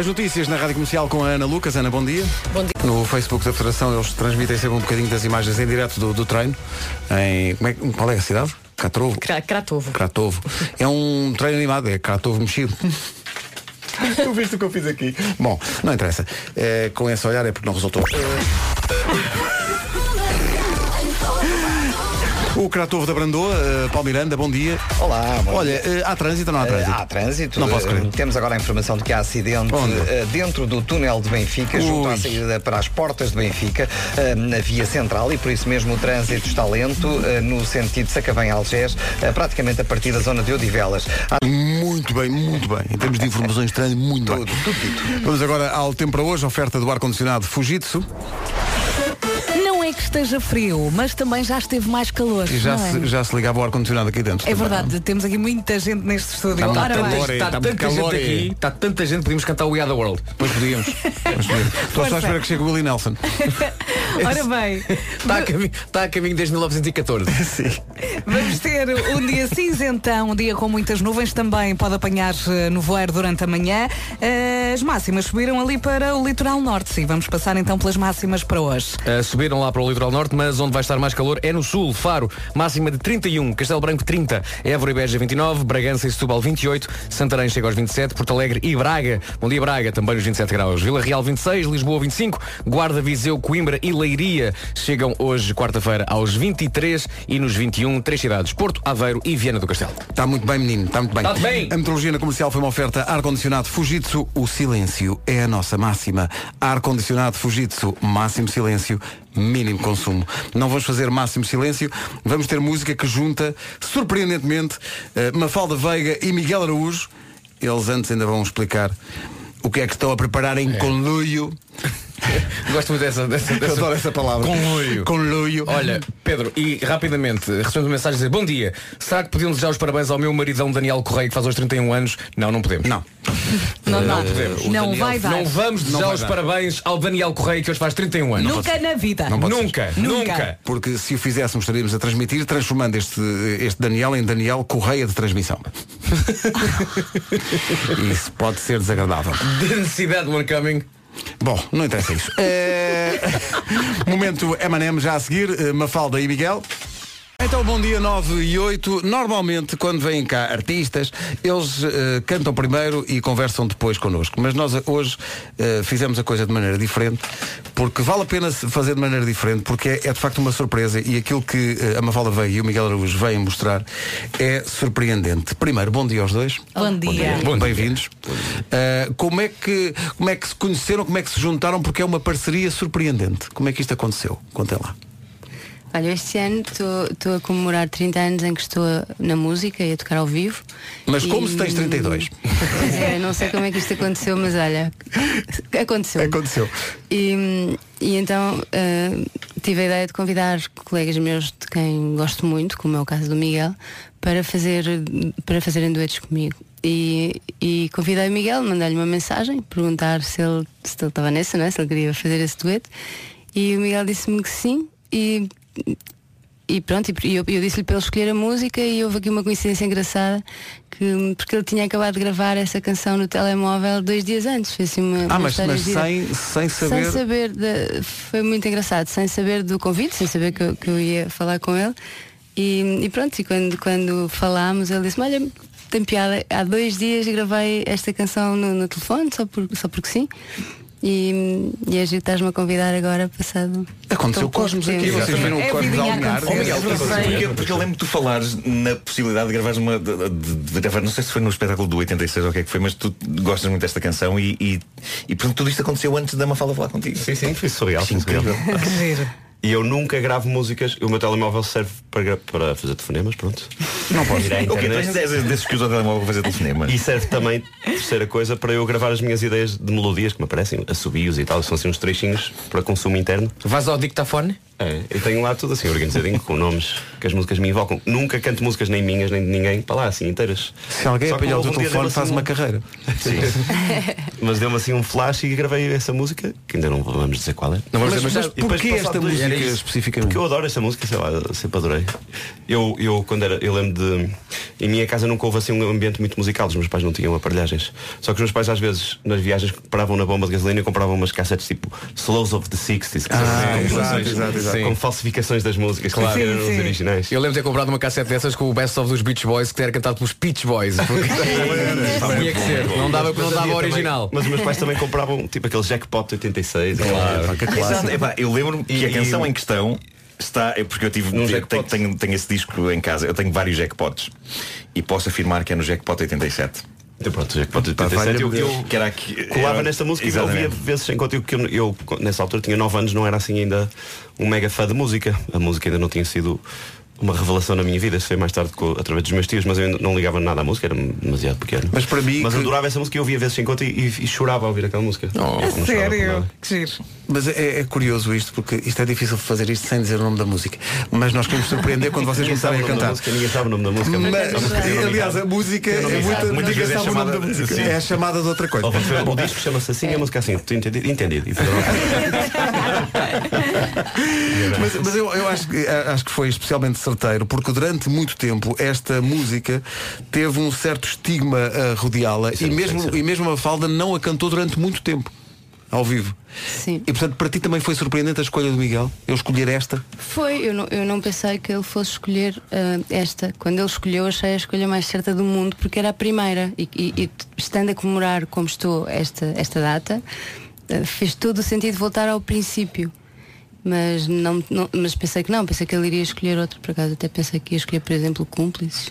S1: As notícias na Rádio Comercial com a Ana Lucas. Ana, bom dia. Bom dia. No Facebook da Federação eles transmitem sempre um bocadinho das imagens em direto do, do treino. Em, como é, que- qual é a cidade? Catrovo.
S10: Cratovo.
S1: Cratovo. É um treino animado, é Cratovo mexido.
S6: Tu viste o que eu fiz aqui?
S1: Bom, não interessa. É, com esse olhar é porque não resultou. O Cratovo da Brandoa, eh, Paulo Miranda, bom dia.
S2: Olá, bom
S1: Olha, eh, há trânsito ou não há trânsito?
S2: Há trânsito.
S1: Não posso
S2: Eh,
S1: crer.
S2: Temos agora a informação de que há acidente
S1: Onde?
S2: eh, dentro do túnel de Benfica, junto
S1: Ui.
S2: à saída para as portas de Benfica, eh, na via central, e por isso mesmo o trânsito está lento eh, no sentido de Sacavém-Algés, eh, praticamente a partir da zona de Odivelas. Há
S1: Muito bem, muito bem. Em termos de informações estranhas, muito bem.
S2: tudo, tudo dito.
S1: Vamos agora ao tempo para hoje, oferta do ar-condicionado Fujitsu.
S3: Não é que esteja frio, mas também já esteve mais calor.
S1: E já,
S3: não é?
S1: se, já se ligava o ar-condicionado aqui dentro.
S3: É
S1: também,
S3: verdade, temos aqui muita gente neste estúdio.
S5: Está
S3: Ora
S5: tanta,
S3: bem.
S5: gente- está
S1: Está
S5: tanta
S1: Tá calor,
S5: gente
S1: é.
S5: aqui, está tanta gente, podíamos cantar We Are The World. Depois podíamos.
S1: não é? Mas, bem, Estou só à
S3: Força.
S1: espera que chegue o Willie Nelson.
S3: Ora bem,
S5: Está Tá a, caminho, está a caminho desde 1914.
S3: vamos ter um dia cinzentão, um dia com muitas nuvens também. Pode apanhar eh, nevoeiro durante a manhã. Eh, As máximas subiram ali para o litoral norte. E vamos passar então pelas máximas para hoje.
S5: Uh, subiram lá para o litoral norte, mas onde vai estar mais calor é no sul, Faro, máxima de 31, Castelo Branco 30, Évora e Beja 29, Bragança e Setúbal 28, Santarém chega aos 27, Porto Alegre e Braga, bom dia Braga, também nos 27 graus, Vila Real 26, Lisboa 25, Guarda, Viseu, Coimbra e Leiria chegam hoje, quarta-feira, aos 23 e nos 21, três cidades, Porto, Aveiro e Viana do Castelo.
S1: Está Tá muito bem, menino. Está muito bem.
S5: Está Tá bem.
S1: A metrologia na comercial foi uma oferta ar-condicionado Fujitsu. O silêncio é a nossa máxima. Ar-condicionado Fujitsu. Máximo silêncio, mínimo consumo. Não vamos fazer máximo silêncio. Vamos ter música que junta, surpreendentemente, eh, Mafalda Veiga e Miguel Araújo. Eles antes ainda vão explicar o que é que estão a preparar em conluio.
S5: Gosto muito dessa, dessa, dessa...
S1: adoro essa palavra.
S5: Conluio.
S1: Conluio.
S5: Olha, Pedro, e rapidamente, recebemos uma mensagem a dizer Bom dia, será que podiam desejar os parabéns ao meu maridão Daniel Correia, que faz hoje 31 anos? Não, não podemos.
S1: Não.
S3: Não, dá.
S5: podemos.
S3: não
S5: Daniel-
S3: vai dar.
S5: Não vamos desejar
S1: vai
S5: os
S1: dar.
S5: parabéns ao Daniel Correia, que hoje faz 31 anos.
S3: Nunca na vida.
S1: Não pode ser.
S5: Nunca,
S3: Nunca.
S5: nunca.
S1: Porque se o fizéssemos estaríamos a transmitir, transformando este, este Daniel em Daniel Correia de Transmissão. Isso pode ser desagradável.
S5: Densidade one coming.
S1: Bom, não interessa isso.
S5: Eh,
S1: É... Momento M&M já a seguir, eh, Mafalda e Miguel. Então, bom dia 9 e 8. Normalmente, quando vêm cá artistas, eles eh, cantam primeiro e conversam depois connosco. Mas nós eh, hoje eh, fizemos a coisa de maneira diferente, porque vale a pena se fazer de maneira diferente, porque é, é de facto uma surpresa e aquilo que eh, a Mafalda veio e o Miguel Araújo vêm mostrar é surpreendente. Primeiro, bom dia aos dois.
S3: Bom dia.
S1: Bom, Bem-vindos. Uh, como, é que, como é que se conheceram, como é que se juntaram, porque é uma parceria surpreendente. Como é que isto aconteceu? Contem lá.
S10: Olha, este ano estou a comemorar 30 anos em que estou na música e a tocar ao vivo.
S1: Mas como
S10: E-
S1: se tens 32?
S10: Pois é, não sei como é que isto aconteceu, mas olha, aconteceu.
S1: Aconteceu.
S10: E, e então eh, tive a ideia de convidar colegas meus de quem gosto muito, como é o caso do Miguel, para, fazer, para fazerem duetos comigo. E, e convidei o Miguel, mandei-lhe uma mensagem, perguntar se ele se ele estava nessa, não é? se ele queria fazer esse dueto. E o Miguel disse-me que sim. E, e pronto, e eu, eu disse-lhe para ele escolher a música e houve aqui uma coincidência engraçada que, porque ele tinha acabado de gravar essa canção no telemóvel dois dias antes. Foi assim uma, uma
S1: Ah, mas,
S10: história
S1: mas
S10: gira.
S1: sem, sem saber.
S10: Sem saber, da- foi muito engraçado, sem saber do convite, sem saber que eu, que eu ia falar com ele. E, e pronto, e quando, quando falámos, ele disse-me, olha, tem piada, há dois dias gravei esta canção no, no telefone, só, por, só porque sim. E, e é giro que estás-me a convidar agora, passado.
S1: Aconteceu
S10: tão pouco
S1: Cosmos aqui,
S10: tempo.
S1: vocês viram
S3: É
S1: o
S3: a
S1: Cosmos
S3: vidinha a
S1: almear.
S3: acontecer.
S5: Miguel,
S8: Não sei porquê, porque eu lembro que tu falares na possibilidade de gravares uma. De, de- de gravar, não sei se foi no espetáculo do 86 ou o que é que foi, mas tu gostas muito desta canção e, e, e portanto tudo isto aconteceu antes da Mafalda falar contigo.
S11: Sim, sim, foi surreal, foi surreal.
S3: Que giro.
S11: E eu nunca gravo músicas, o meu telemóvel serve para, gra- para fazer telefonemas, pronto.
S1: Não posso.
S11: Ir à
S8: Ok, tu
S11: internet.
S8: és desses- desses que usam o telemóvel para fazer telefonema.
S11: E serve também, terceira coisa, para eu gravar as minhas ideias de melodias que me aparecem, assobios e tal, são assim uns trechinhos para consumo interno.
S5: Vais ao dictafone?
S11: É, e tenho lá tudo assim organizadinho, com nomes que as músicas me invocam. Nunca canto músicas nem minhas, nem de ninguém, para lá assim, inteiras.
S1: Se alguém
S11: Só que
S1: apanhar o teu
S11: houve um dia
S1: telefone,
S11: deu-me
S1: faz
S11: assim
S1: uma
S11: um-
S1: carreira.
S11: Sim. Mas deu-me assim um flash e gravei essa música, que ainda não vamos dizer qual é.
S5: Não
S1: Mas,
S5: vamos dizer,
S1: mas
S5: mas-
S11: e depois
S1: porquê
S11: passado
S1: esta
S11: dois-
S1: música
S11: era isso. Porque
S1: especificamente?
S11: eu adoro esta música, sei lá, sempre adorei. Eu, eu quando era, eu lembro de. Em minha casa nunca houve assim um ambiente muito musical, os meus pais não tinham aparelhagens. Só que os meus pais às vezes, nas viagens, paravam na bomba de gasolina e compravam umas cassetes tipo Slows of the 60s, que são
S5: Ah,
S11: assim,
S5: exato,
S11: compilações
S5: exato, exato.
S11: com falsificações das músicas, claro,
S5: Claro.
S11: que eram os originais.
S5: Eu lembro de ter comprado uma cassete dessas com o Best of dos Beach Boys que era cantado pelos Peach Boys. Porque tinha que ser. Não dava, não
S11: Mas
S5: dava
S11: havia
S5: original.
S11: também- mas os meus pais também compravam tipo aquele Jackpot de 86.
S5: Claro,
S11: aquele-
S5: que clássico.
S11: Exato, epá,
S8: eu lembro-me que a canção em questão está. É porque eu tive. tenho, tenho, tenho, esse disco em casa, eu tenho vários jackpots. E posso afirmar que é no Jackpot 87.
S11: Então pronto, Jackpot
S8: 87 eu, eu,
S11: que era aqui, colava nesta música e ouvia vezes enquanto eu, que eu, eu, nessa altura tinha 9 anos, não era assim ainda um mega fã de música. A música ainda não tinha sido uma revelação na minha vida, isso foi mais tarde co- através dos meus tios, mas eu ainda não ligava nada à música, era demasiado pequeno. Mas
S1: para mim. Oh,
S11: Mas eu adorava essa música e ouvia vezes enquanto e, e- e chorava ao ouvir aquela música. Não chorava por nada.
S3: Que giro.
S1: Mas é, é curioso isto, porque isto é difícil de fazer isto sem dizer o nome da música. Mas nós queremos surpreender quando vocês
S11: Ninguém sabe
S1: começarem a
S11: o nome da
S1: cantar.
S11: música, ninguém sabe o nome da música, mas-
S1: Mas,
S11: a música é tem nome em
S1: aliás,
S11: casa.
S1: a música
S11: Tem nome
S1: é
S11: em
S1: muita.
S11: casa. Muitas
S1: ninguém
S11: vezes é
S1: sabe o nome da
S11: chamada-
S1: música.
S11: Sim.
S1: É a chamada de outra coisa.
S11: Ou você- O disco chama-se assim e a música assim. Tu entendi- Entendido. E depois-
S1: Mas, mas eu, eu acho, que, a- acho que foi especialmente certeiro, porque durante muito tempo esta música teve um certo estigma a rodeá-la e mesmo, e mesmo a Falda não a cantou durante muito tempo. Ao vivo.
S10: Sim.
S1: E portanto, para ti também foi surpreendente a escolha do Miguel? Eu escolher esta?
S10: Foi, eu não, eu não pensei que ele fosse escolher ah, esta. Quando ele escolheu, achei a escolha mais certa do mundo, porque era a primeira. E, e- e estando a comemorar como estou esta, esta data, ah, fez todo o sentido voltar ao princípio. Mas, não, não- mas pensei que não, pensei que ele iria escolher outro, por acaso até pensei que ia escolher, por exemplo, cúmplices.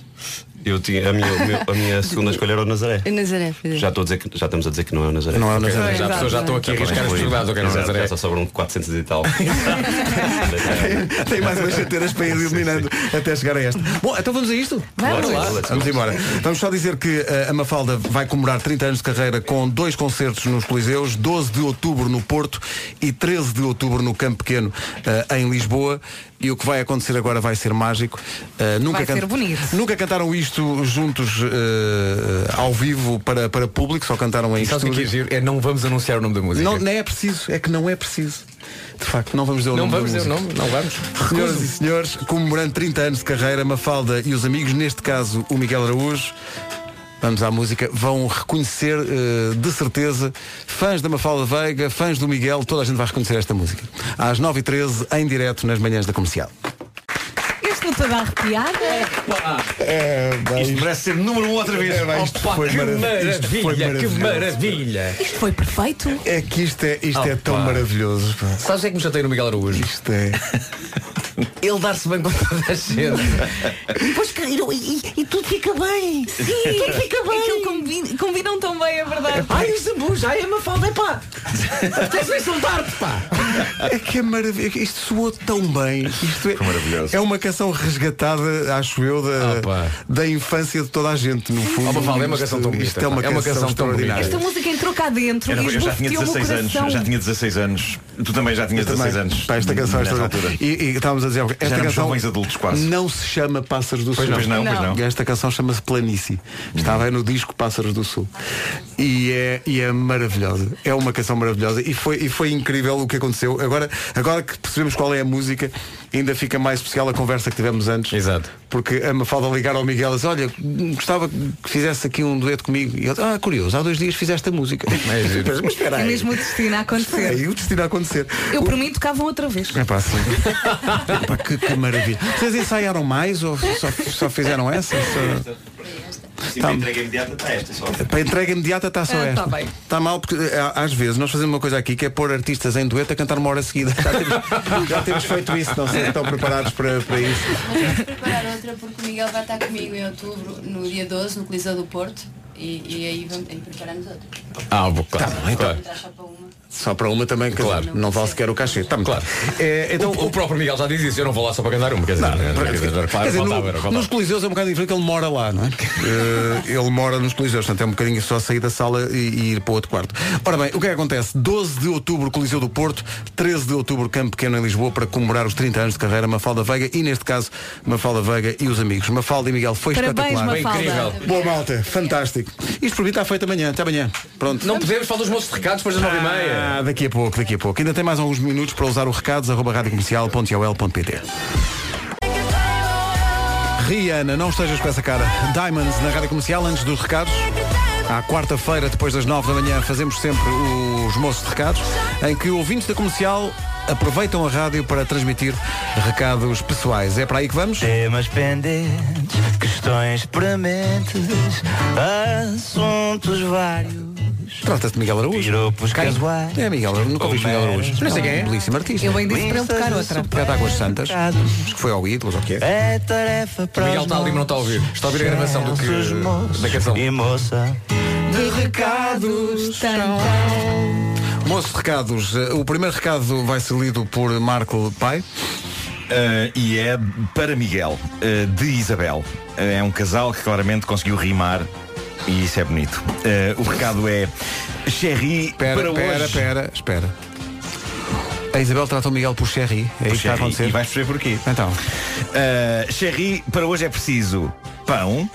S11: Eu tinha, a, minha, o meu- a minha segunda escolha era o Nazaré.
S10: Em Nazaré, por exemplo.
S11: Já, estou a dizer que, já estamos a dizer que não é o Nazaré.
S1: Não é o
S10: Nazaré.
S5: Já as pessoas já estão aqui a arriscar as possibilidades, ok, não é o
S11: Exato,
S5: Nazaré.
S11: Já só sobram 400 e tal.
S1: Tem mais umas chanteiras para ir eliminando até chegar a esta. Bom, então vamos a isto?
S7: Vamos.
S1: Vamos,
S7: Claro, claro.
S1: embora. Vamos só dizer que eh, a Mafalda vai comemorar 30 anos de carreira com dois concertos nos Coliseus, 12 de outubro no Porto e 13 de outubro no Campo Pequeno, eh, em Lisboa. E o que vai acontecer agora vai ser mágico. Eh, nunca
S3: Vai ser bonito.
S1: Nunca cantaram isto juntos eh, ao vivo para, para público, só cantaram em
S5: E sabes o que é
S1: estúdio.
S5: que é giro? É não vamos anunciar o nome da música.
S1: Não, não é preciso, é que não é preciso. De facto, não vamos dizer o
S5: Não
S1: nome
S5: vamos
S1: da
S5: dizer o
S1: música.
S5: nome, não vamos.
S1: Senhoras e senhores, comemorando 30 anos de carreira, Mafalda e os amigos, neste caso o Miguel Araújo, vamos à música, vão reconhecer eh, de certeza, fãs da Mafalda Veiga, fãs do Miguel, toda a gente vai reconhecer esta música. Às 9h13, em direto nas manhãs da comercial.
S3: Isto não te dá arrepiar?
S1: É,
S8: Isto merece ser número 1 um outra vez.
S5: Opa, que maravilha, que maravilha.
S3: Isto foi perfeito.
S1: É que isto é, isto
S5: é tão
S1: maravilhoso.
S5: Sabes o que é que me chatei no Miguel Araújo?
S1: Isto é.
S5: Ele dar-se bem com toda a gente.
S7: Depois caíram e, e, e tudo fica bem. Sim, tudo fica bem.
S3: Aquilo combina, combinam tão bem, é verdade.
S7: Ai, os ambos, ai, a Mafalda, é pá. Estás a insultar-te, pá.
S1: É que é maravilhoso. Isto soou tão bem. Isto é,
S8: maravilhoso.
S1: é uma canção resgatada, acho eu, da, da infância de toda a gente, no fundo.
S5: Oh, Mafalda, é uma
S1: Isto-
S5: canção tão bonita,
S1: Isto é uma,
S5: pá. É uma
S1: canção,
S5: canção tão bonita.
S1: extraordinária.
S3: Esta música entrou cá dentro
S8: Eu, não-
S3: e
S8: eu já tinha
S3: esbofeteou o meu
S8: 16 anos,
S3: coração.
S8: eu já tinha 16 anos. Tu também já tinhas
S1: Eu também.
S8: 16 anos.
S1: Pá, esta canção é
S8: nessa
S1: extraordinária.
S8: altura.
S1: E, e estávamos a dizer, algo. esta
S8: éramos
S1: canção
S8: jovens adultos quase.
S1: não se chama Pássaros do
S8: Pois não,
S1: Sul.
S8: pois não, pois Não. não.
S1: Esta canção chama-se Planície. Estava aí no disco Pássaros do Sul. E é, e é maravilhosa. É uma canção maravilhosa. E foi, e foi incrível o que aconteceu. Agora, agora que percebemos qual é a música, ainda fica mais especial a conversa que tivemos antes.
S5: Exato.
S1: Porque a Mafalda ligar ao Miguel e disse, olha, gostava que fizesse aqui um dueto comigo. E ele, ah, curioso, há dois dias fizeste a música.
S5: giro.
S1: Mas, mas espera
S3: É
S1: aí.
S3: mesmo o destino a
S1: Espera
S3: acontecer.
S1: aí, o destino a acontecer.
S3: Eu por mim tocavam outra vez.
S1: É pá, sim. Epá, que, que maravilha. Vocês ensaiaram mais ou só, só fizeram essa? Só-
S11: Sim, a entrega imediata está esta só.
S1: Para entrega imediata está só
S3: Ah, tá
S1: esta.
S3: bem.
S1: Está mal porque eh, há- às vezes nós fazemos uma coisa aqui que é pôr artistas em dueto a cantar uma hora seguida. Já temos, já temos feito isso, não sei se estão preparados para, para isso.
S10: Mas vamos preparar outra porque o Miguel vai estar comigo em outubro, no dia 12, no Coliseu do Porto. E, e aí vamos, aí preparamos outra.
S5: Ah, bom, claro. claro.
S10: Entrar só para uma.
S1: Tá então. Só para uma também, quer
S5: Claro.
S1: dizer, não vale sequer o cachê. Está claro. então,
S5: O próprio Miguel já diz isso, eu não vou lá só para cantar uma, quer dizer, quer
S1: Quer
S5: dizer, claro,
S1: dizer,
S5: faltava,
S1: no-
S5: era, faltava.
S1: nos Coliseus é um bocado diferente, que ele mora lá, não é? Eh, ele mora nos Coliseus, portanto é um bocadinho só sair da sala e, e ir para o outro quarto. Ora bem, o que é que acontece? 12 de outubro, Coliseu do Porto, 13 de outubro, Campo Pequeno em Lisboa, para comemorar os 30 anos de carreira, Mafalda Veiga e, neste caso, Mafalda Veiga e os amigos. Mafalda e Miguel foi
S3: Parabéns,
S1: espetacular.
S3: Mafalda.
S5: Incrível.
S1: Boa malta, fantástico. Isto por mim está feito amanhã, até amanhã. Pronto.
S5: Não podemos falar dos moços de recados depois das nove e meia.
S1: Ah, daqui a pouco, daqui a pouco. Ainda tem mais alguns minutos para usar o recados, arroba radiocomercial.ol.pt Rihanna, não estejas com essa cara. Diamonds na rádio comercial, antes dos recados. À quarta-feira, depois das nove da manhã, fazemos sempre os moços de recados, em que ouvintes da comercial aproveitam a rádio para transmitir recados pessoais. É para aí que vamos?
S12: Temas pendentes, questões prementes, assuntos vários.
S1: Trata-se de Miguel Araújo.
S12: Piropos
S1: Quem?
S12: casuais.
S1: É Miguel Araújo, nunca ouvi Miguel Araújo. um
S12: Não sei quem é.
S1: Belíssimo artista.
S12: Eu bem disse para ele tocar outra.
S1: Catáguas Santas. Acho que foi ao ídolos, ou o que é?
S12: É tarefa para
S13: Miguel
S12: os
S13: está ali, mas não está a ouvir. Está a ouvir a gravação do que. da canção.
S12: E moça.
S14: De recados tão...
S1: Moço de recados, eh, o primeiro recado vai ser lido por Marco Pai. Eh,
S8: Uh, e é para Miguel, uh, de Isabel. Uh, é um casal que claramente conseguiu rimar e isso é bonito. Uh, o recado é Sherry para
S1: Espera, espera,
S8: hoje.
S1: espera, espera. A Isabel trata o Miguel por Sherry. É isso que está a
S8: Sherry,
S1: acontecer.
S8: E vais perceber porquê.
S1: Então.
S8: Sherry, para hoje é preciso pão,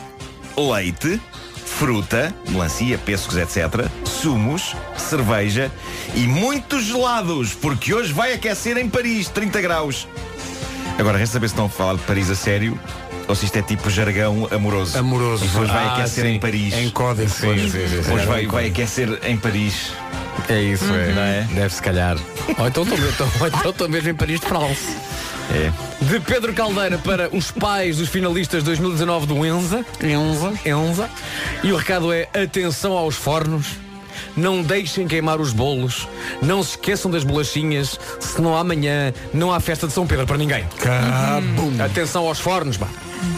S8: leite, fruta, melancia, pêssegos, etc. Sumos, cerveja e muitos gelados, porque hoje vai aquecer em Paris, 30 graus. Agora, resta saber se estão a falar de Paris a sério ou se isto é tipo jargão amoroso.
S1: Amoroso.
S8: Hoje vai
S1: Ah,
S8: aquecer
S1: sim.
S8: em Paris.
S1: Em código,
S8: Sim,
S1: sim, sim, sim.
S8: Hoje
S1: Era
S8: vai,
S1: em
S8: vai
S1: código.
S8: aquecer em Paris.
S5: É isso, é.
S8: Não é?
S5: Deve se calhar. Ou então estou ou então estou mesmo em Paris de France. É. De Pedro Caldeira para os pais dos finalistas 2019 do Enza. Enza. Enza. E o recado é atenção aos fornos. Não deixem queimar os bolos. Não se esqueçam das bolachinhas. Se não há amanhã, não há festa de São Pedro para ninguém. Uhum. Atenção aos fornos, pá.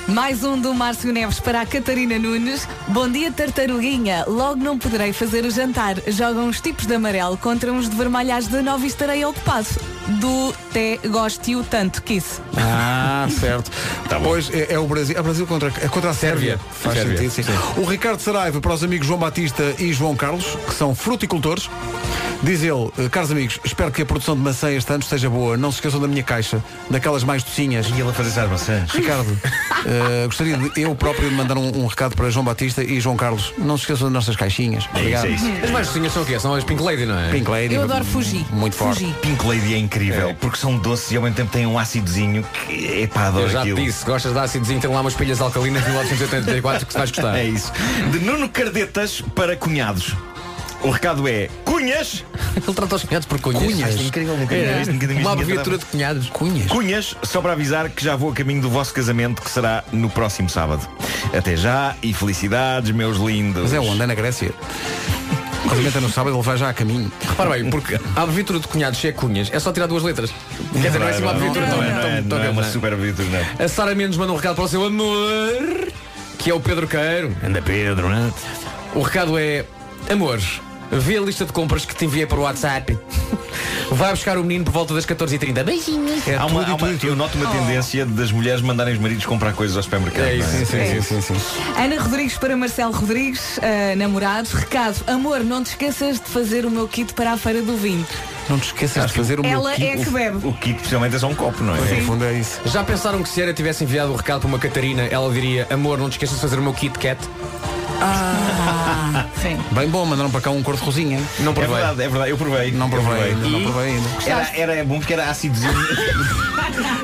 S3: Mais um do Márcio Neves para a Catarina Nunes. Bom dia, tartaruguinha. Logo não poderei fazer o jantar. Jogam os tipos de amarelo contra uns de vermelho às 19 e estarei ocupado. Do té gosto-o tanto que isso.
S1: Ah, certo.
S8: Tá
S1: pois é, é o Brasil. É o Brasil contra, é contra a Sérvia.
S5: Sérvia.
S1: Faz
S5: Sérvia,
S1: sentido, sim. O Ricardo Saraiva para os amigos João Batista e João Carlos, que são fruticultores. Diz ele, eh, caros amigos, espero que a produção de maçã este ano esteja boa. Não se esqueçam da minha caixa, daquelas mais docinhas. E
S8: ele a fazer as maçãs.
S1: Ricardo, eh, gostaria de eu próprio de mandar um, um recado para João Batista e João Carlos. Não se esqueçam das nossas
S8: É
S1: caixinhas.
S3: É
S1: Obrigado.
S5: As mais docinhas são o quê? São as Pink Lady, não é?
S1: Pink Lady.
S3: Eu adoro fugir.
S1: Muito forte.
S3: Fugi.
S8: Pink Lady é incrível, porque são doces e ao mesmo tempo têm um ácidozinho que é pá, adoro
S5: Eu já te
S8: aquilo.
S5: disse, gostas de ácidozinho, tem então lá umas pilhas alcalinas de 1984 que se vais gostar.
S8: É isso. De Nuno Cardetas para cunhados. O recado é cunhas.
S5: Ele trata os cunhados por cunhas.
S8: Cunhas.
S5: Acho incrível, nunca
S8: É,
S5: tinha-
S8: isto nunca tinha
S5: Uma
S8: visto,
S5: abreviatura
S8: nunca
S5: de cunhados.
S1: Cunhas.
S8: Cunhas, só para avisar que já vou a caminho do vosso casamento que será no próximo sábado. Até já e felicidades, meus lindos.
S1: Mas é onde? É na Grécia? O casamento é no sábado, ele vai já a caminho.
S5: Repara bem, porque a abreviatura de cunhados se é cunhas, é só tirar duas letras. Quer dizer, não é então assim uma abreviatura tão-
S8: não, não, é-
S5: tão- tão
S8: não é uma
S5: grande, não
S8: super abreviatura, não.
S5: é? A Sara Mendes manda um recado para o seu amor, que é o Pedro Queiro.
S8: Anda Pedro, né?
S5: O recado é, amor, vê a lista de compras que te enviei para o WhatsApp. Vai buscar o menino por volta das 14h30. Beijinhos.
S8: Há uma- há uma- Eu noto uma tendência das mulheres mandarem os maridos comprar coisas ao supermercado.
S5: É isso,
S8: não
S5: sim, sim, sim,
S3: Ana Rodrigues para Marcelo Rodrigues, ah, namorados. Recado, amor, não te esqueças de fazer o meu kit para a feira do vinho.
S1: Não te esqueças
S8: Acho
S1: de fazer o meu
S3: Ela é que bebe.
S8: O kit principalmente é só um copo, não é?
S1: Pois, no fundo é isso.
S5: Já pensaram que se era tivesse enviado o recado para uma Catarina, ela diria, amor, não te esqueças de fazer o meu Kit Kat?
S3: Ah, sim.
S1: Bem bom, mandaram para cá um cor de rosinha.
S5: Não
S8: É
S5: provei.
S8: verdade, é verdade, eu provei.
S1: Não
S8: eu
S1: provei ainda, não
S8: E
S1: provei ainda.
S8: Era, era bom porque era ácidozinho.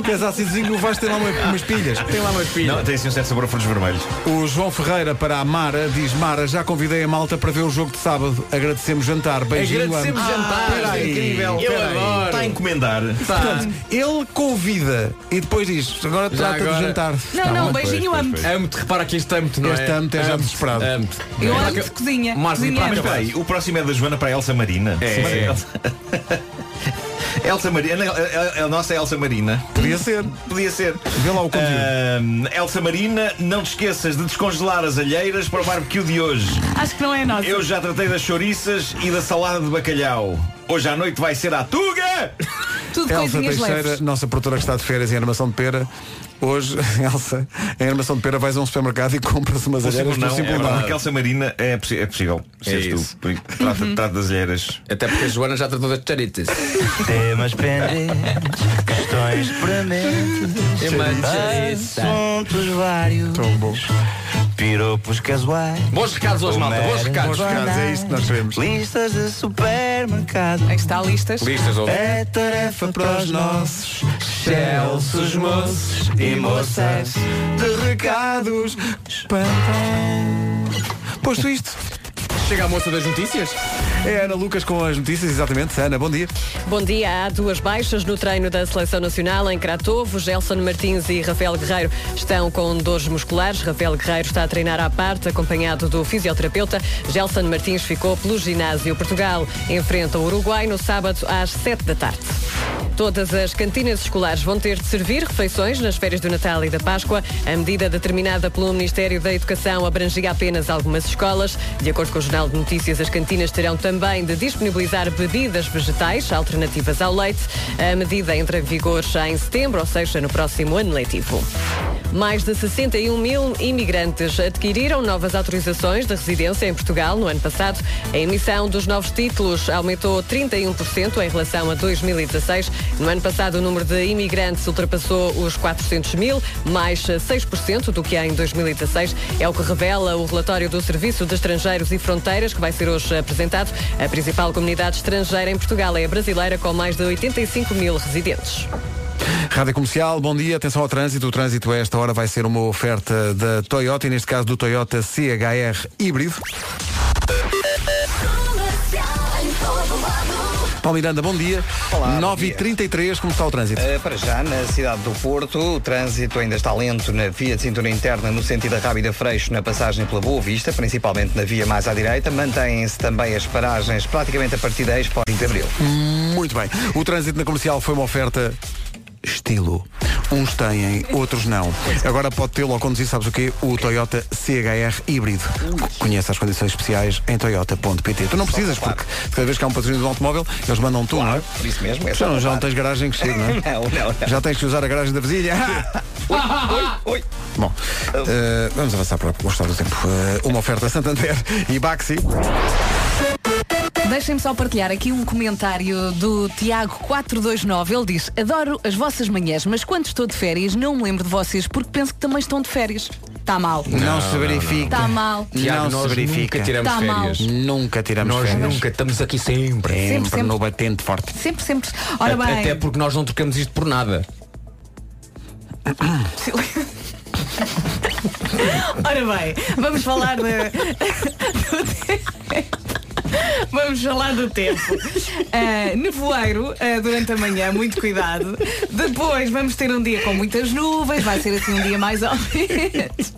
S1: Queres ácidozinho, vais ter lá uma- umas pilhas.
S5: Tem lá umas pilhas.
S8: Não, tem assim um certo sabor a frutos vermelhos.
S1: O João Ferreira para a Mara diz Mara, já convidei a malta para ver o jogo de sábado. Agradecemos jantar. Beijinho. Ah,
S5: Agradecemos
S1: amo."
S5: jantar.
S1: Espera aí,
S5: incrível. Eu
S1: espera aí.
S5: adoro.
S8: é Está a encomendar.
S1: Portanto, ele convida e depois diz, agora
S5: Já
S1: trata
S5: agora-
S1: de jantar.
S3: Não, não, beijinho, amo.
S5: Amo-te, repara que este amo-te, não é?
S1: Este amo-te é já
S5: Amo-te,
S1: desesperado.
S5: amo-te.
S3: Eu
S5: Repara
S3: amo
S5: que-
S3: de cozinha.
S5: Márcio,
S3: cozinheiro.
S8: Mas espera aí, o próximo é da Joana para a Elsa Marina.
S1: É.
S5: Sim.
S8: Mas Elsa- Elsa Marina, a- a- a nossa Elsa Marina.
S1: Podia ser.
S8: Podia ser.
S1: Vê lá o conteúdo.
S8: Ahm, Elsa Marina, não te esqueças de descongelar as alheiras para o barbecue de hoje.
S3: Acho que não é nosso.
S8: Eu já tratei das chouriças e da salada de bacalhau. Hoje à noite vai ser a Tuga!
S3: Tudo
S1: Elsa
S3: coisinhas
S1: Teixeira,
S3: leves.
S1: nossa produtora que está de férias em animação de pera. Hoje, Elsa, em animação de pera vais a um supermercado e compras umas
S5: tipo,
S1: alheiras por
S8: é
S1: simples
S8: verdade,
S1: não.
S8: que Elsa Marina é, possi- é possível. Seres
S5: isso. Uhum.
S8: tu. Por isso, Trata, trata das alheiras.
S5: Até porque a Joana já tratou das charitas.
S12: Temas pendentes, questões prementes, assuntos vários.
S13: Então,
S1: Tão bom.
S12: Piropos casuais.
S15: Bons recados hoje, malta. Bons recados.
S12: Bons recados, é isto que nós queremos. Listas de supermercado.
S3: Aí está, listas.
S15: Listas, ouve.
S12: É tarefa para os nossos excelsos moços e moças de recados.
S1: Posto isto.
S15: Chega a moça das notícias.
S1: É a Ana Lucas com as notícias, exatamente. Ana, bom dia.
S16: Bom dia, há duas baixas no treino da Seleção Nacional em Cratovo. Gelson Martins e Rafael Guerreiro estão com dores musculares. Rafael Guerreiro está a treinar à parte, acompanhado do fisioterapeuta. Gelson Martins ficou pelo ginásio. Portugal enfrenta o Uruguai no sábado às 7 da tarde. Todas as cantinas escolares vão ter de servir refeições nas férias do Natal e da Páscoa. A medida determinada pelo Ministério da Educação abrangia apenas algumas escolas. De acordo com o Jornal de Notícias, as cantinas terão também de disponibilizar bebidas vegetais alternativas ao leite. A medida entra em vigor já em setembro, ou seja, no próximo ano letivo. Mais de 61 mil imigrantes adquiriram novas autorizações de residência em Portugal no ano passado. A emissão dos novos títulos aumentou 31% em relação a 2016. No ano passado, o número de imigrantes ultrapassou os 400 mil, mais 6% do que há em 2016. É o que revela o relatório do Serviço de Estrangeiros e Fronteiras, que vai ser hoje apresentado. A principal comunidade estrangeira em Portugal é a brasileira, com mais de 85 mil residentes.
S1: Rádio Comercial, bom dia, atenção ao trânsito. O trânsito a esta hora vai ser uma oferta da Toyota e neste caso do Toyota CHR híbrido. Paulo Miranda, bom dia.
S2: Olá, bom
S1: 9h33, como está o trânsito?
S2: Eh, para já, na cidade do Porto, o trânsito ainda está lento na via de cintura interna no sentido da Rábida Freixo, na passagem pela Boa Vista, principalmente na via mais à direita. Mantêm-se também as paragens praticamente a partir da Expo 20 de Abril.
S1: Muito bem. O trânsito na comercial foi uma oferta estilo. Uns têm, outros não. Agora pode tê-lo ao conduzir, sabes o quê? O Toyota CHR híbrido. Conheça as condições especiais em toyota.pt. Tu não precisas, porque cada vez que há um patrocínio de um automóvel, eles mandam tu, não é?
S2: Por isso mesmo, é
S1: Tu
S2: só
S1: não, já não
S2: poupar.
S1: tens garagem que chegue, não é?
S2: Não, não, não.
S1: Já tens que usar a garagem da vizinha.
S2: Oi, oi, oi.
S1: Bom, eh, vamos avançar para gostar do tempo. Eh, uma oferta Santander e Baxi.
S3: Deixem-me só partilhar aqui um comentário do Tiago429. Ele diz: Adoro as vossas manhãs, mas quando estou de férias não me lembro de vocês porque penso que também estão de férias. Está mal.
S1: Não, se verifica.
S3: Está Tá mal.
S15: Tiago,
S1: não
S15: nós
S1: se verifica.
S15: nunca tiramos
S3: Tá férias. mal.
S1: Nunca tiramos
S15: Nós
S1: férias.
S15: nunca,
S1: estamos aqui sempre. Sempre,
S3: Sempre, sempre.
S1: no batente forte.
S3: Sempre, sempre. Ora
S15: A-
S3: bem.
S15: Até porque nós não trocamos isto por nada.
S3: Ora bem, vamos falar de. do tempo. Vamos falar do tempo. Ah, nevoeiro ah, durante a manhã, muito cuidado. Depois vamos ter um dia com muitas nuvens, vai ser assim um dia mais ou menos.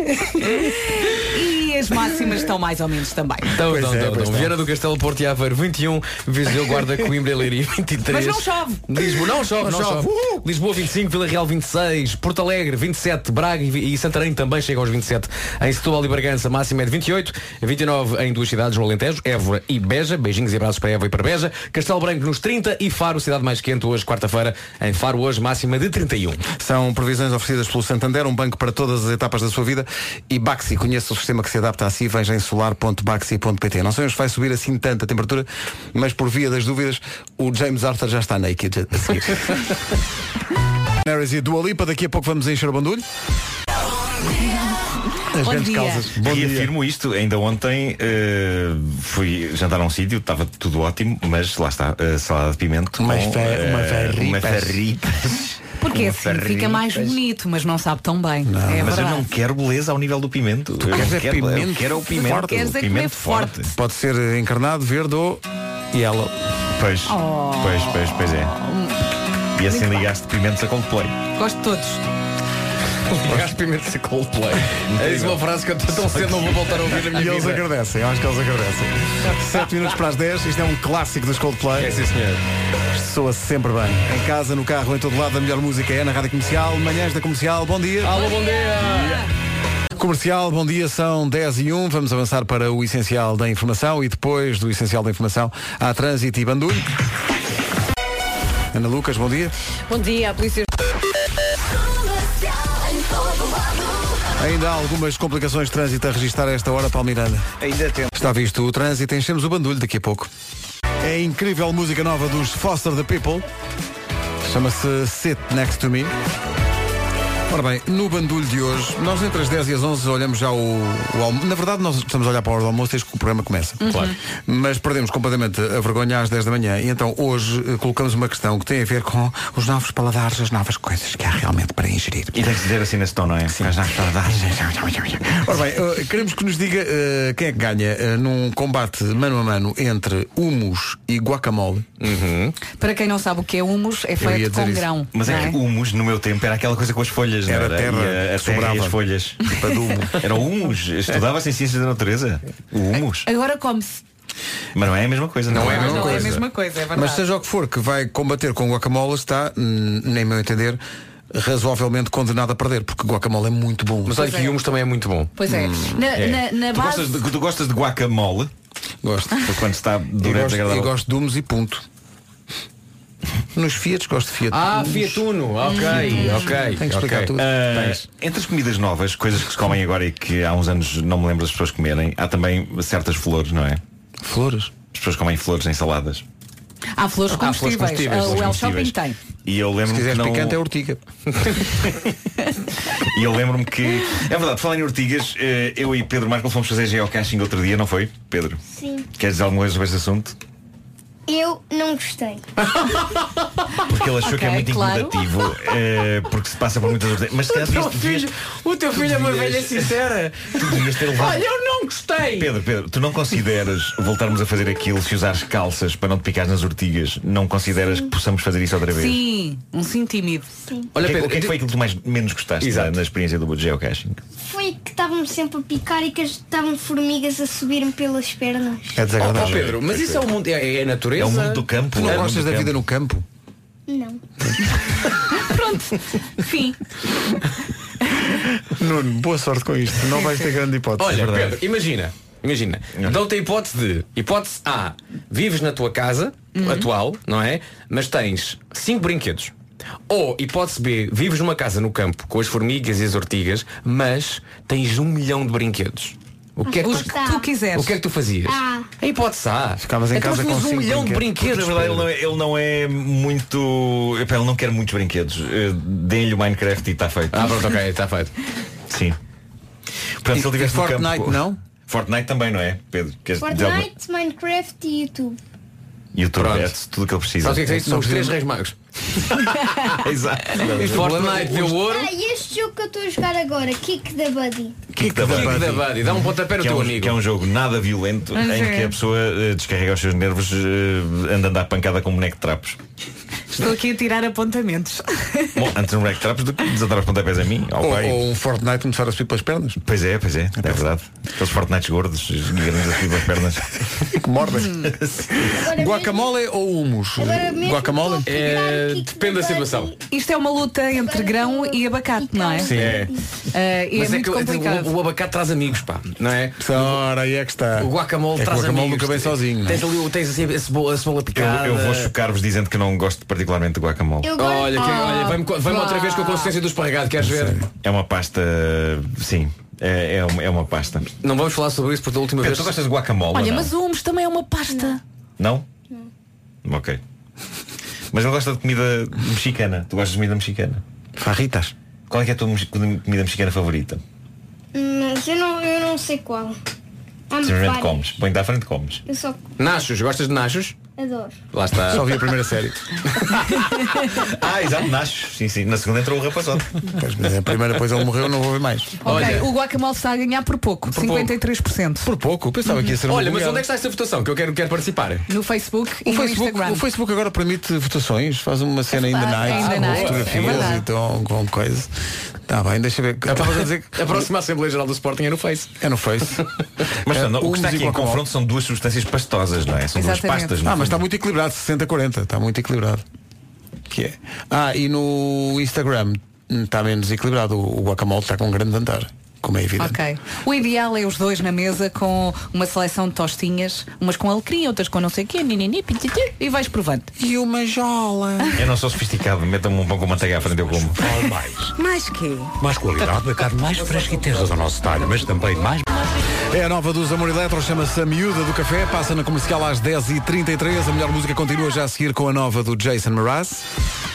S3: E as máximas estão mais ou menos também.
S15: Então, então, então, então. Vieira do Castelo, Porto e Aveiro 21, Viseu, Guarda, Coimbra e Leiria 23.
S3: Mas não chove.
S15: Lisboa, não chove,
S3: Não
S15: não,
S3: chove.
S15: chove. Lisboa 25, Vila Real 26, Porto Alegre 27, Braga e e Santarém também chega aos 27. Em Setúbal e Bargança, máxima é de 28, 29 em duas cidades no Alentejo, Évora e Beja. Beijinhos e abraços para Évora e para Beja. Castelo Branco nos 30 e Faro, cidade mais quente hoje, quarta-feira. Em Faro hoje, máxima de 31.
S1: São previsões oferecidas pelo Santander, um banco para todas as etapas da sua vida. E Baxi, conheça o sistema que se adapta a si, veja em solar.baxi.pt. Não sabemos se vai subir assim tanto a temperatura, mas por via das dúvidas, o James Arthur já está naked a seguir. Marys e Dua Lipa, daqui a pouco vamos encher o bandulho. As
S8: Bom
S1: grandes
S8: dia.
S1: causas. Bom
S8: e
S1: dia.
S8: afirmo isto, ainda ontem eh, fui jantar a um sítio, estava tudo ótimo, mas lá está, eh, salada de pimento
S1: Uma
S8: com
S1: fa- uma
S8: eh, uma
S1: farripas.
S8: farripas.
S3: Porque
S8: Uma
S3: assim fica
S8: farripas.
S3: mais bonito, mas não sabe tão bem. é
S8: mas eu
S3: verdade.
S8: não quero beleza ao nível do pimento.
S1: Tu
S8: Eu
S1: queres
S8: não
S1: é
S8: quero, eu
S1: pimento
S8: quero o pimento.
S1: forte? Queres
S8: o
S1: é comer
S8: pimento forte.
S1: Pode ser encarnado, verde ou yellow.
S8: Pois,
S3: Oh.
S8: pois, pois, pois é. E assim
S3: Muito bem.
S8: ligaste pimentos a Coldplay.
S3: Gosto de todos.
S15: Ligaste primeiro de
S1: É
S15: Coldplay. Eis uma frase que eu estou tão cedo, Então, não vou voltar a ouvir na minha vida.
S1: E eles agradecem, eu acho que eles agradecem. 7 minutos para as 10, isto é um clássico dos Coldplay. É
S15: sim, senhor.
S1: Soa sempre bem. Em casa, no carro, em todo lado, a melhor música é na Rádio Comercial, manhãs da Comercial, bom dia.
S15: Alô, bom dia!
S1: Comercial, bom dia, são 10 e 1, vamos avançar para o essencial da informação e depois do essencial da informação há trânsito e bandulho. Ana Lucas, bom dia.
S16: Bom dia, a polícia.
S1: Ainda há algumas complicações de trânsito a registrar a esta hora, Palmiranda.
S2: Ainda temos.
S1: Está visto o trânsito, enchemos o bandulho daqui a pouco. É a incrível música nova dos Foster the People. Chama-se Sit Next to Me. Ora bem, no bandulho de hoje, nós entre as 10 e as 11 olhamos já o, o almoço. Na verdade, nós estamos a olhar para a hora do almoço desde que o programa começa.
S12: Uhum. Claro.
S1: Mas perdemos completamente a vergonha às 10 da manhã. E então hoje eh, colocamos uma questão que tem a ver com os novos paladares, as novas coisas
S8: É
S1: que há realmente para ingerir.
S8: E tens de dizer assim nesse tom, não é? Sim. Mas não,
S1: Ora bem, eh, queremos que nos diga eh, quem é que ganha eh, num combate mano a mano entre humus e guacamole.
S12: Uhum.
S3: Para quem não sabe o que é humus, é
S8: Eu ia
S3: feito
S8: dizer
S3: com
S8: isso.
S3: grão.
S8: Mas
S3: não
S8: é que humus, no meu tempo, era aquela coisa com as folhas,
S1: Era
S8: não era?
S1: terra,
S8: E a, a terra
S1: sobrava. Tipo
S8: e as folhas.
S1: Padumo.
S8: Era o humus. Estudava-se em ciências da natureza. O é humus.
S3: Agora come-se.
S8: Mas não é a mesma coisa, não,
S1: Não é a mesma
S3: Não é a
S1: coisa.
S3: mesma coisa, é verdade.
S1: Mas seja o que for que vai combater com guacamole está, hum, nem meu entender, razoavelmente condenado a perder, porque guacamole é muito bom.
S15: Mas olha Pois que é.
S1: humus também é muito bom.
S3: Pois é. Na, na- na
S8: tu,
S3: base.
S8: gostas de, tu gostas de guacamole?
S1: Gosto.
S8: Quando está
S1: Eu
S8: durante
S1: gosto,
S8: a
S1: eu
S8: gravação.
S1: gosto de humus e ponto. Nos Fiat gosto de Fiat.
S15: Ah,
S3: Hum.
S15: Fiatuno, ok, ok.
S1: Tem que explicar
S15: ok.
S1: tudo.
S8: Ah, entre as comidas novas, coisas que se comem agora e que há uns anos não me lembro das pessoas comerem, há também certas flores, não é?
S1: Flores?
S8: As pessoas comem flores em saladas.
S3: Há flores
S8: Há flores
S3: comestíveis.
S8: comestíveis,
S3: Ah,
S8: flores
S3: o El
S8: comestíveis.
S3: Shopping tem.
S8: E eu
S1: Se
S15: Ah,
S8: lembro que
S1: quiseres
S8: não...
S1: picante é urtiga.
S8: E eu lembro-me que. É verdade, falar em ortigas, eh, eu e Pedro Marco fomos fazer geocaching outro dia, não foi? Pedro,
S9: Sim.
S8: queres dizer alguma coisa sobre este assunto?
S9: Eu não gostei.
S8: Porque ele achou que é
S9: Ok,
S8: muito
S9: claro.
S8: incomodativo, eh, porque se passa por muitas ortigas. Mas se calhar devias, devias,
S15: O teu filho é uma velha sincera.
S8: tu devias ter levado.
S15: Olha, eu não gostei.
S8: Pedro, Pedro, tu não consideras voltarmos a fazer aquilo se usares calças para não te picares nas ortigas? Não consideras que possamos fazer isso outra vez?
S3: Sim, um sim tímido.
S8: Olha, o, que, é- o que é que foi aquilo que tu mais, menos gostaste na, na experiência do geocaching?
S9: Foi que estavam sempre a picar e que as- estavam formigas a subir-me pelas pernas.
S1: É
S15: desagradável. Pedro, mas isso é o mundo, é, é a natureza.
S8: É o mundo do campo,
S1: Tu não
S8: é o mundo
S1: gostas
S8: do
S1: da vida
S8: campo.
S1: no campo?
S9: Não.
S3: Pronto. Fim.
S1: Nuno, boa sorte com isto. Não vais ter grande hipótese.
S5: É
S1: é Hum.
S15: Olha, Pedro, imagina, imagina. Dão-te a hipótese de. Hipótese A, vives na tua casa
S12: Uhum.
S15: atual, não é? Mas tens cinco brinquedos. Ou, hipótese B, vives numa casa no campo com as formigas e as ortigas, mas tens um milhão de brinquedos. O que é que
S3: Os
S15: tu,
S3: que tu quiseres.
S15: o que é que tu fazias?
S3: Ah.
S15: A hipótese A.
S1: Ficavas
S8: em
S15: então
S8: casa com
S15: tinhas um
S8: cinco
S15: milhão de brinquedos.
S8: Na verdade, ele não é, ele não é muito. Epá, ele não quer muitos brinquedos. Eh, Deem-lhe o Minecraft e está feito.
S15: Ah, pronto, ok, está feito.
S8: Sim. Portanto,
S1: E-
S8: se ele tivesse
S1: e
S8: no
S1: Fortnite,
S8: campo-
S1: não?
S8: Fortnite também, não é, Pedro? Queres dizer alguma-
S9: Fortnite, Minecraft e YouTube.
S8: YouTube, é tudo o que ele precisa.
S15: Sabe o que é que é isso? São os três reis magos.
S8: Exato.
S15: Fortnite deu ouro.
S9: Ah, e este jogo que eu estou a jogar agora, Kick da Buddy.
S8: Kick da
S15: Kick
S8: Buddy.
S15: da Buddy. Dá um pontapé no
S8: que é
S15: teu
S8: um,
S15: amigo.
S8: Que é um jogo nada violento
S15: Ah,
S8: em
S15: sim.
S8: que a pessoa eh, descarrega os seus nervos eh, andando à pancada com um boneco de trapos.
S3: Estou aqui a tirar apontamentos.
S8: Bom, antes um boneco de trapos do que desatar os pontapés a mim, ao
S1: Ou,
S8: pai.
S1: ou um Fortnite começar a subir pelas pernas? Então.
S8: Pois é, pois é, é verdade. Aqueles Fortnites gordos, grandes assim com as pernas.
S1: Que mordem. Guacamole ou humus?
S3: Agora mesmo
S1: Guacamole? É,
S15: depende da situação.
S3: Isto é uma luta entre grão e abacate, não é?
S15: É.
S3: Ah, e é
S15: Mas é,
S3: muito
S15: que o-
S3: complicado.
S15: o, o abacate traz amigos, pá, não é?
S1: Ora, aí é que está.
S15: O guacamole
S1: É que o
S15: traz
S1: guacamole
S15: amigos.
S1: nunca vem sozinho, não é?
S15: Tens ali, o- tens assim a cebola, a cebola
S8: Eu,
S15: picada.
S8: eu vou chocar-vos dizendo que não gosto particularmente de guacamole.
S15: Olha, que- é, olha
S3: Ah.
S15: vem-me co- vem-me outra vez com a consistência do esparregado, queres ver?
S8: É uma pasta, sim, é, é, uma, é uma pasta.
S15: Não vamos falar sobre isso porque da última
S8: Pedro,
S15: vez.
S8: tu gostas de guacamole? ou
S3: Olha,
S8: não?
S3: mas o humus também é uma pasta.
S8: Não? Ok. Mas ele gosta de comida mexicana. Tu gostas de comida mexicana?
S1: Farritas.
S8: Qual é, que é a tua mex- comida mexicana favorita?
S9: Mas eu não, eu não sei qual. Há
S8: Simplesmente
S9: várias.
S8: comes. Põe-te à frente e comes.
S9: Eu só
S15: Nachos, gostas de nachos?
S9: adoro.
S15: Lá está.
S1: Só vi a primeira série.
S8: ah, exato, nachos. Sim, sim. Na segunda entrou o rapazote.
S1: Pois, mas a primeira, depois ele morreu, não vou ver mais.
S3: Ok, o guacamole está a ganhar por pouco, 53%.
S1: Por pouco, pensava que ia ser uma
S15: Olha, mas
S1: goleada.
S15: onde é que está esta votação? Que eu quero, quero participar.
S3: No Facebook
S1: O
S3: e no
S1: Facebook,
S3: Instagram.
S1: o Facebook agora permite votações, faz uma cena ainda
S3: verdade,
S1: night,
S3: in the
S1: com
S3: night, é
S1: fotografias
S3: verdade.
S1: e tão, com coisa. Tá bem, deixa eu ver. Estavas a dizer que
S15: A próxima Assembleia Geral do Sporting é no Face.
S1: é no Face.
S8: Mas
S1: É,
S8: Fernando, o que está
S1: humus e
S8: aqui em
S1: guacamole.
S8: confronto são duas substâncias pastosas, não é? São duas pastas. no
S1: Ah, mas
S8: fundo.
S1: está muito equilibrado, 60-40, está muito equilibrado. Que é? Ah, e no Instagram hum, está menos equilibrado, o o guacamole está com um grande andar, como é evidente.
S3: Ok. O ideal é os dois na mesa com uma seleção de tostinhas, umas com alecrim, outras com não sei o quê, ninini, pititi, e vais provando.
S1: E uma jola.
S8: Eu não sou sofisticado. Metam-me um pão com manteiga à frente, eu como.
S17: mais.
S18: Mais quê?
S17: Oh, Mais qualidade, a carne mais fresca e terra do nosso talho, mas também mais.
S1: É a nova dos Amor Eletro, chama-se A Miúda do Café, passa na comercial às 10h33. A melhor música continua já a seguir com a nova do Jason Mraz.